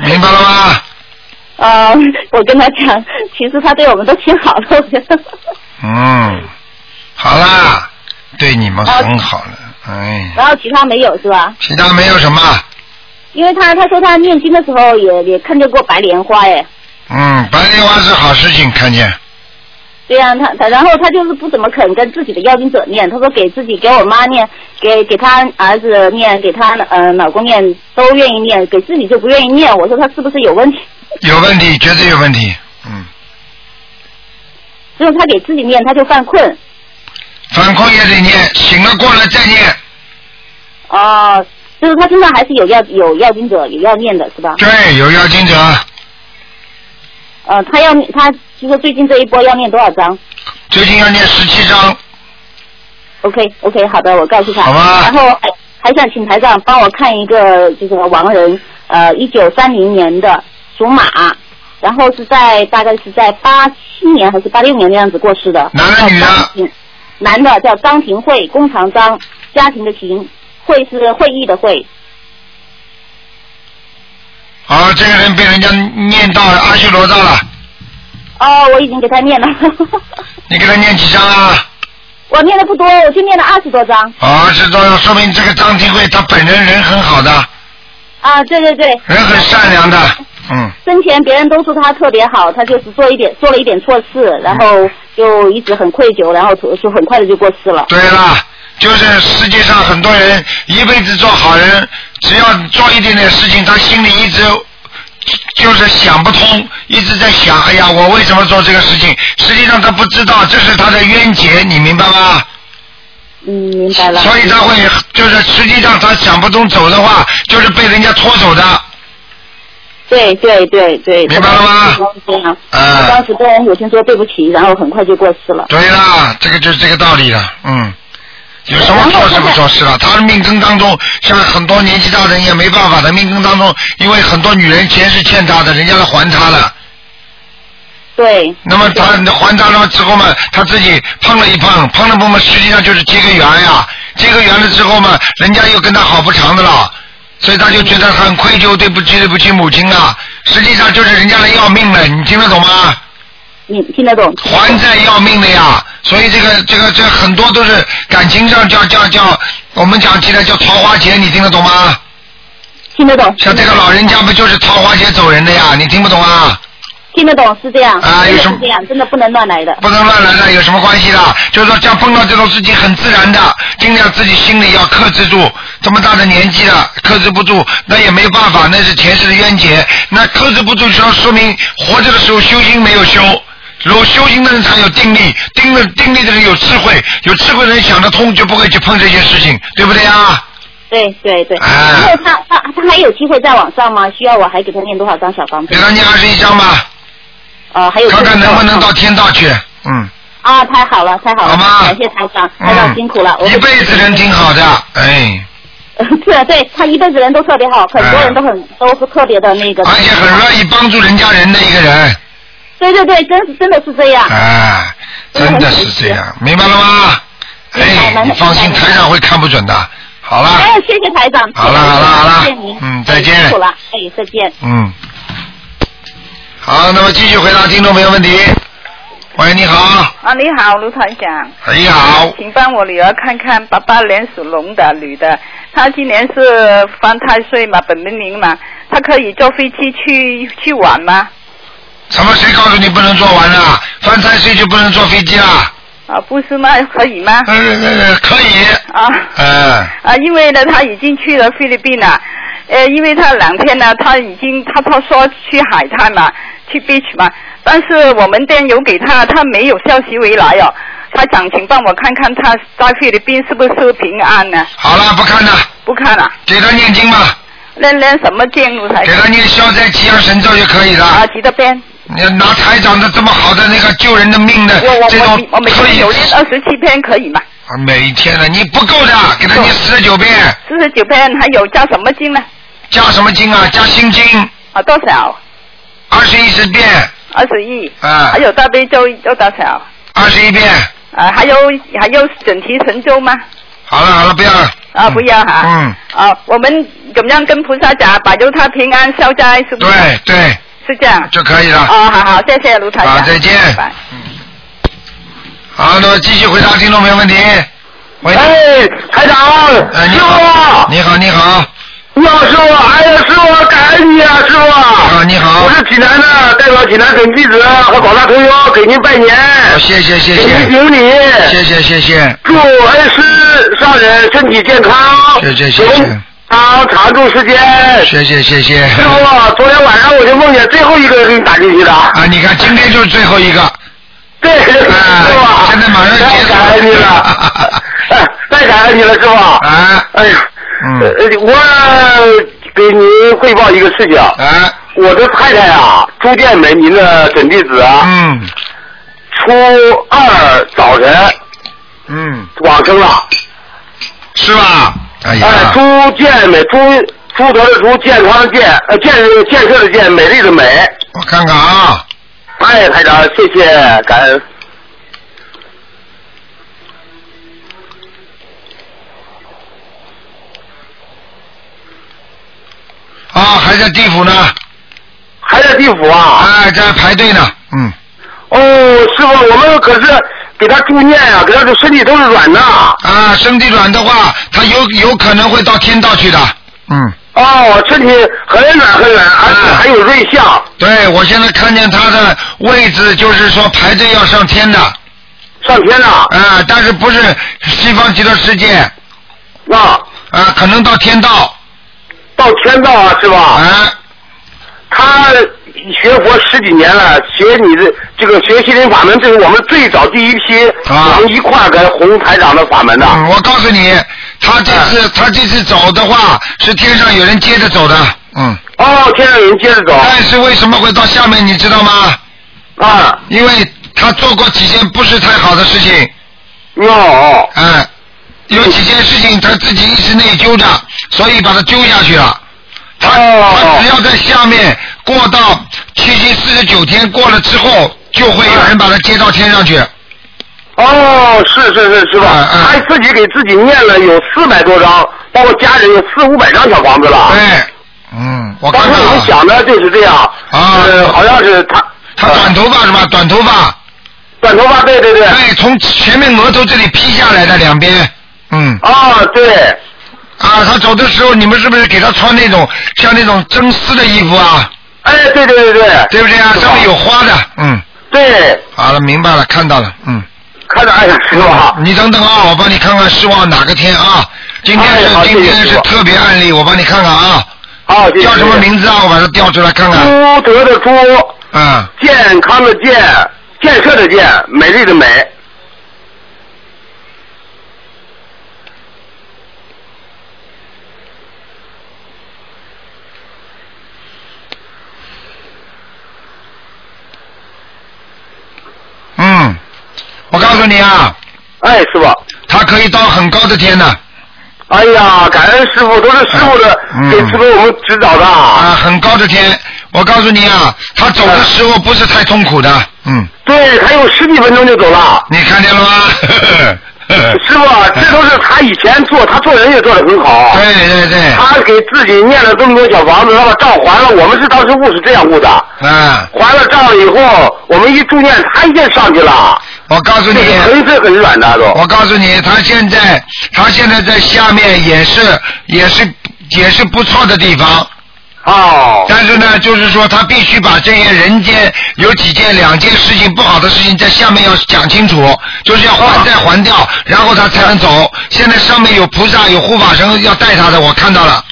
明白了吗？呃，我跟他讲，其实他对我们都挺好的，我觉得。嗯，好啦，对你们很好了，哎，然后其他没有是吧？其他没有什么，因为他他说他念经的时候也也看见过白莲花哎，嗯，白莲花是好事情，看见。对呀、他他然后他就是不怎么肯跟自己的要经者念，他说给自己给我妈念，给给他儿子念，给他呃老公念都愿意念，给自己就不愿意念。我说他是不是有问题？有问题，绝对有问题。嗯，只有他给自己念，他就犯困。反空也得念，醒了过来再念。哦、就是他身上还是有要有要经者有要念的是吧？对，有要经者，呃，他要念他就说最近这一波要念多少章最近要念十七章。 ？OK OK，好的，我告诉他。好吧然后还还想请台长帮我看一个就是亡人，呃，一九三零年的属马，然后是在大概是在八七年还是八六年的样子过世的。男的女的？男的叫张廷慧，工长张，家庭的庭，会是会议的会。啊，这个人被人家念到阿修罗道了，哦，我已经给他念了，你给他念几章啊？ 我念的不多，我就念了二十多章。啊，知道了，说明这个张廷慧他本人人很好的，啊，对对对，人很善良的，嗯。生前别人都说他特别好，他就是做一点做了一点错事，然后就一直很愧疚，然后就就很快的就过世了。对了，就是世界上很多人一辈子做好人，只要做一点点事情，他心里一直就是想不通，一直在想，哎呀，我为什么做这个事情？实际上他不知道这是他的冤结，你明白吗？嗯，明白了。所以他会就是实际上他想不通走的话，就是被人家拖走的。对对对对，明白了吗？这样，啊我当时跟我母亲说对不起，然后很快就过世了。对啦，这个就是这个道理了，嗯。有什么做什么做事了？他的命根当中，像很多年纪大的人也没办法的，命根当中，因为很多女人钱是欠他的，人家来还他了。对。那么他还他了之后嘛，他自己碰了一碰，碰了碰嘛，实际上就是结个缘呀。结个缘了之后嘛，人家又跟他好不长的了，所以他就觉得很愧疚，对不起对不起母亲啊。实际上就是人家来要命了，你听得懂吗？你听得懂？还债要命的呀，所以这个这个这个很多都是感情上叫叫叫，我们讲起来叫桃花劫，你听得懂吗？听得懂。像这个老人家不就是桃花劫走人的呀？你听不懂啊？听得懂是这样，啊真有什的是么这样，真的不能乱来的。不能乱来的有什么关系啦？就是说，像碰到这种事情很自然的，尽量自己心里要克制住。这么大的年纪了，克制不住，那也没办法，那是前世的冤结。那克制不住，就说明活着的时候修心没有修。有修行的人才有定力，定了定力的人有智慧，有智慧的人想得通，就不会去碰这些事情，对不对啊？对对对。然后他他他还有机会再往上吗？需要我还给他念多少张小房子？给他念二十一章吧。啊，还有看看这个能不能到天道去。嗯，啊，太好了，太好了，感谢台长，台长嗯辛苦了，我一辈子人挺好的，哎。是， 对他一辈子人都特别好，很多人都很、都是特别的那个。而且嗯很乐意帮助人家人的一个人，对对对，真是真的是这 样。啊，真的是这 样，明白了吗？哎，你放心，台长会看不准的。好了，哎，谢谢台长。好了好了好了谢谢您，嗯再见辛苦了，哎，再见。嗯，好，那么继续回答听众朋友问题。喂，你好，哎啊，你好，卢团长。你好，请帮我女儿看看八八年属龙的女的，她今年是犯太岁嘛，本命年嘛，她可以坐飞机去去玩吗？什么谁告诉你不能做完啊了？犯太岁就不能坐飞机了？啊，不是吗？可以吗？呃呃，可以。啊嗯，啊，因为呢，她已经去了菲律宾了，呃，因为她两天呢，她已经她她说去海滩嘛，去 beach 嘛，但是我们店有给她，她没有消息回来哦。台长，请帮我看看他在菲律宾是不是平安呢、好了，不看了。不看了、给他念经吧。念念什么经？卢台给长？他念消灾吉祥神咒就可以了。啊，几多遍？你拿台长的这么好的那个救人的命的我我这种我我每可天以有念二十七篇可以吗？啊，每天的你不够的，给他念四十九遍。四十九篇还有加什么经呢？加什么经啊？加心经。啊，多少？二十一十遍。二十一。啊还有大悲咒要多少？二十一遍。啊，还有还有整齐神咒吗？好了好了，不要了。啊，不要哈。嗯。啊，我们怎么样跟菩萨讲，保佑他平安消灾，是不是？对对，是这样。就可以了哦，好好，谢谢卢台长。好再见拜拜。好，那么继续回答听众朋友问题。喂。哎，台长。哎，你好。你好，你好。你好，师傅，哎呀，师傅，感恩你啊，师傅。啊，你好。我是济南的，代表济南本弟子和广大同胞给您拜年。哦谢谢谢谢给您顶礼。谢谢谢谢。祝恩师上人身体健康。谢谢谢谢。长常驻世间。谢谢谢谢。哎师傅，昨天晚上我就梦见最后一个给你打进去的。啊，你看今天就是最后一个。哎对，师傅。现在马上结束。太感恩你了，哎太感恩你了，师傅。啊。哎呀。呃，我给您汇报一个事情。啊。我的太太啊，朱建梅，您的准弟子啊。嗯。初二早晨嗯，往生了。是吧？哎呀。朱建美，朱朱德的朱，健康的健，呃，建建设的建，美丽的美。我看看啊。哎，台长，谢谢，感恩。啊，还在地府呢。还在地府啊？哎，在排队呢。嗯。哦，师傅，我们可是给他助念啊，给他身体都是软的。啊，身体软的话，他有有可能会到天道去的。嗯。哦，身体很软很软，而且还有瑞相。啊对，我现在看见他的位置，就是说排队要上天的。上天的。啊，但是不是西方极乐世界？啊。啊，可能到天道。到天道啊，是吧？啊。他学佛十几年了，学你的这个学心灵法门，这是我们最早第一批啊能一块儿跟洪台长的法门嗯的。嗯，我告诉你，他这次他这次走的话，是天上有人接着走的。嗯。哦，天上有人接着走。但是为什么会到下面，你知道吗？啊。因为他做过几件不是太好的事情。哦。哎，有几件事情他自己一直内疚着，所以把他揪下去了。他、哦他只要在下面过到七七四十九天过了之后，就会有人把他接到天上去。哦，是是是是嗯吧？他自己给自己念了有四百多张，包括家人有四五百张小房子了。对，嗯，我当时我们想的就是这样。啊，呃，好像是他。呃他短头发是吧？短头发。短头发，对对对。对，从前面额头这里劈下来的两边。嗯。啊，对。啊，他走的时候，你们是不是给他穿那种像那种真丝的衣服啊？哎，对对对对。对不对啊？上面有花的，嗯。对。好了，明白了，看到了，嗯。看到，哎呀，师傅啊。你等等啊，我帮你看看是往哪个天啊？今天是、哎好今天谢谢是师傅特别案例，我帮你看看啊。好谢谢叫什么谢谢名字啊？我把它调出来看看。朱德的朱，嗯，健康的健，建设的建，美丽的美。嗯，我告诉你啊。哎，师傅。他可以到很高的天的。哎呀，感恩师傅，都是师傅的、给师傅我们指导的。嗯啊，很高的天，我告诉你啊，他走的时候不是太痛苦的，嗯。对，还有十几分钟就走了。你看见了吗？ 师傅，这都是他以前做，他做人也做得很好。对对对。他给自己念了这么多小房子，他把账还了。我们是当时误是这样误的，啊，还了账以后，我们一助念，他一下上去了。我告诉你，很是很软的都。我告诉你，他现在他现在在下面也是也是也是不错的地方。哦。但是呢，就是说他必须把这些人间有几件、两件事情不好的事情在下面要讲清楚，就是要还债还掉，然后他才能啊走。现在上面有菩萨、有护法神要带他的，我看到了。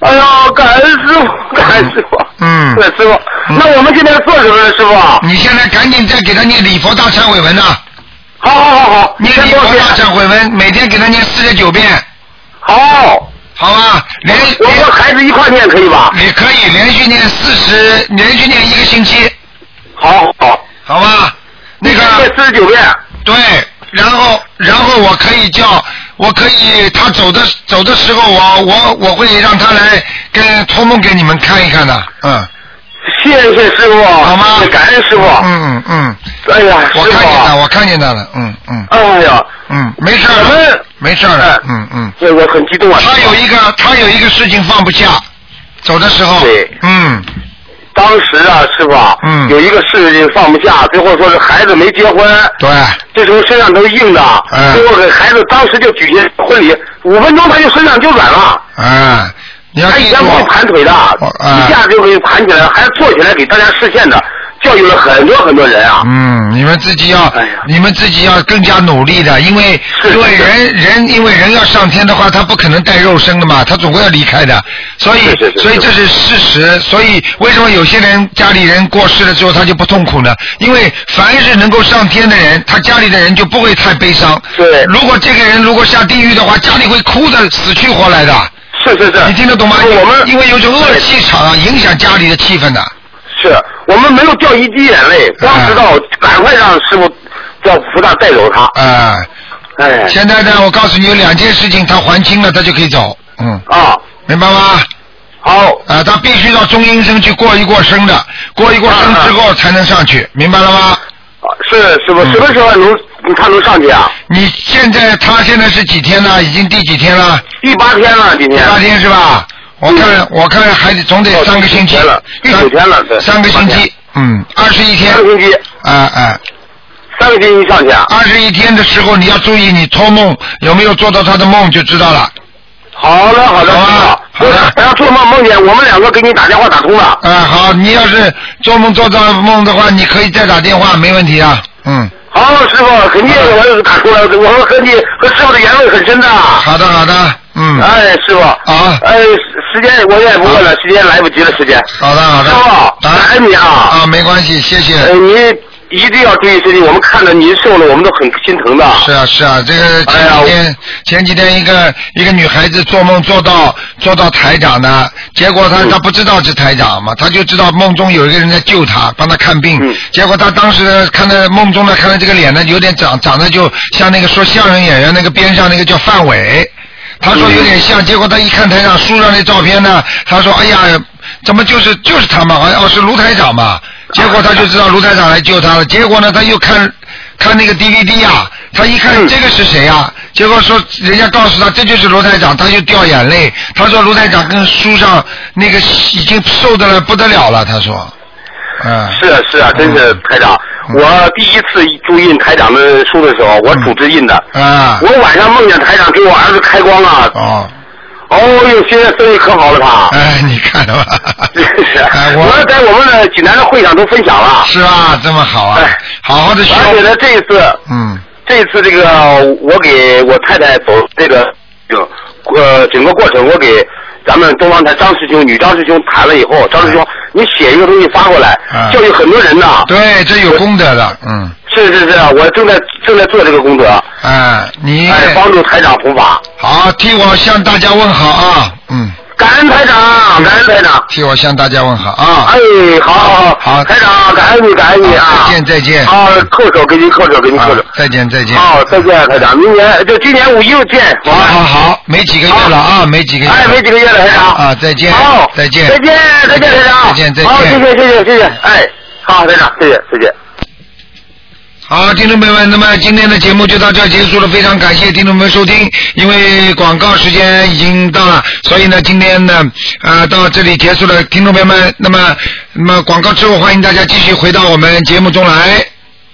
哎呀，感恩师傅，感恩师傅。嗯。对，师傅，那我们现在做什么呢，师傅？啊你现在赶紧再给他念礼佛大忏悔文呐、好好好好，念礼佛大忏悔文，每天给他念四十九遍。好。好啊，连我和孩子一块念可以吧？也可以，连续念四十，连续念一个星期。好好，好吧，那个四十九遍。对，然后然后我可以叫，我可以他走的走的时候我，我我会让他来跟托梦给你们看一看的，嗯。谢谢师傅，好吗？感恩师傅。嗯嗯哎呀，我师看见他，傅，我看见他了，嗯嗯。哎呀，嗯，没事儿我了们，哎没事儿了，嗯嗯。对，我很激动啊。他有一个，他有一个事情放不下，走的时候。对。嗯，当时啊，师傅啊，嗯有一个事情放不下，最后说是孩子没结婚，对，这时候身上都是硬的，嗯最后给孩子当时就举行婚礼，五分钟他就身上就软了，啊，哦哎你要他以记前住不，会盘腿的，一下就给盘起来，还坐起来给大家视线的，教育了很多很多人啊。嗯，你们自己要，你们自己要更加努力的，因为因为人人因为人要上天的话，他不可能带肉身的嘛，他总归要离开的，所以是是是所以这是事实，所以为什么有些人家里人过世了之后他就不痛苦呢？因为凡是能够上天的人，他家里的人就不会太悲伤。对。如果这个人如果下地狱的话，家里会哭的死去活来的。是是是。你听得懂吗？我们因为有种恶气场啊，影响家里的气氛的。是我们没有掉一滴眼泪，哎光知道赶快让师傅叫菩萨带走他。啊、哎。现在呢，我告诉你有两件事情，他还清了，他就可以走，嗯。啊。明白吗？好。啊，他必须到中阴身去过一过生的，过一过生之后才能上去，明白了吗？啊嗯是师傅，什么时候能他能上去啊？你现在他现在是几天了？已经第几天了？第八天了，今天。第八天是吧？我看我看还得总得哦三个星期第九天了，第九天了对三三个星期，嗯，二十一天，三个星期，啊啊，三个星期上去啊。二十一天的时候你要注意，你托梦有没有做到他的梦就知道了。好的，好的，啊好的。然后做梦梦见我们两个给你打电话打通了。啊，好，你要是做梦做到梦的话，你可以再打电话，没问题啊。嗯，好，师傅，肯定我打通了，我们和你和师傅的缘分很深的。好的，好的，嗯。啊哎，师傅。啊。哎，时间我也不问了，时间来不及了，时间。好的，好的。师傅，感恩你啊。啊，没关系，谢谢。呃，您一定要注意身体，我们看着您瘦了，我们都很心疼的。是啊，是啊，这个前几天、前几天一个一个女孩子做梦做到做到台长的，结果她她不知道是台长嘛，她就知道梦中有一个人在救她，帮她看病。结果她当时呢看到梦中呢看到这个脸呢有点长长得就像那个说相声演员那个边上那个叫范伟。他说有点像，结果他一看台长书上的照片呢，他说哎呀，怎么就是就是他嘛？好像哦是卢台长嘛。结果他就知道卢台长来救他了。结果呢，他又看看那个 DVD 啊，他一嗯看这个是谁啊？结果说人家告诉他这就是卢台长，他就掉眼泪。他说卢台长跟书上那个已经瘦的了不得了了，他说，嗯。是啊是啊，真是台长。我第一次注印台长的书的时候，我主持印的。嗯啊。我晚上梦见台长给我儿子开光啊。哦。哦哟，现在生意可好了他。哎，你看到吧？ 哎是。我在我们的济南的会上都分享了。是吧？这么好啊！哎好好的学。而且呢，这一次，嗯，这次这个我给我太太走这个整呃整个过程，我给咱们东方台张师兄、女张师兄谈了以后，哎张师兄，你写一个东西发过来，啊教育很多人呐。对，这有功德的，嗯，是是是，我正在正在做这个工作，哎，你哎，帮助台长弘法。好，替我向大家问好啊，嗯。感恩台长，感恩台长。替我向大家问好啊。哎，好好好，台长，感恩你，感恩你啊！再见再见。好，叩首给您，叩首给您，叩首。再见再见。好，再见，台长，明年呃就今年五一又见。好好好，没几个月了啊，没几个月了。哎，没几个月了，台长。啊，再见。好，再见。再见，再见，台长。再见再见。好，谢谢，谢谢，谢谢。哎，好，台长，谢谢，谢谢。好，听众朋友们，那么今天的节目就到这儿结束了，非常感谢听众朋友们收听。因为广告时间已经到了，所以呢，今天呢，呃，到这里结束了。听众朋友们，那么，那么广告之后，欢迎大家继续回到我们节目中来。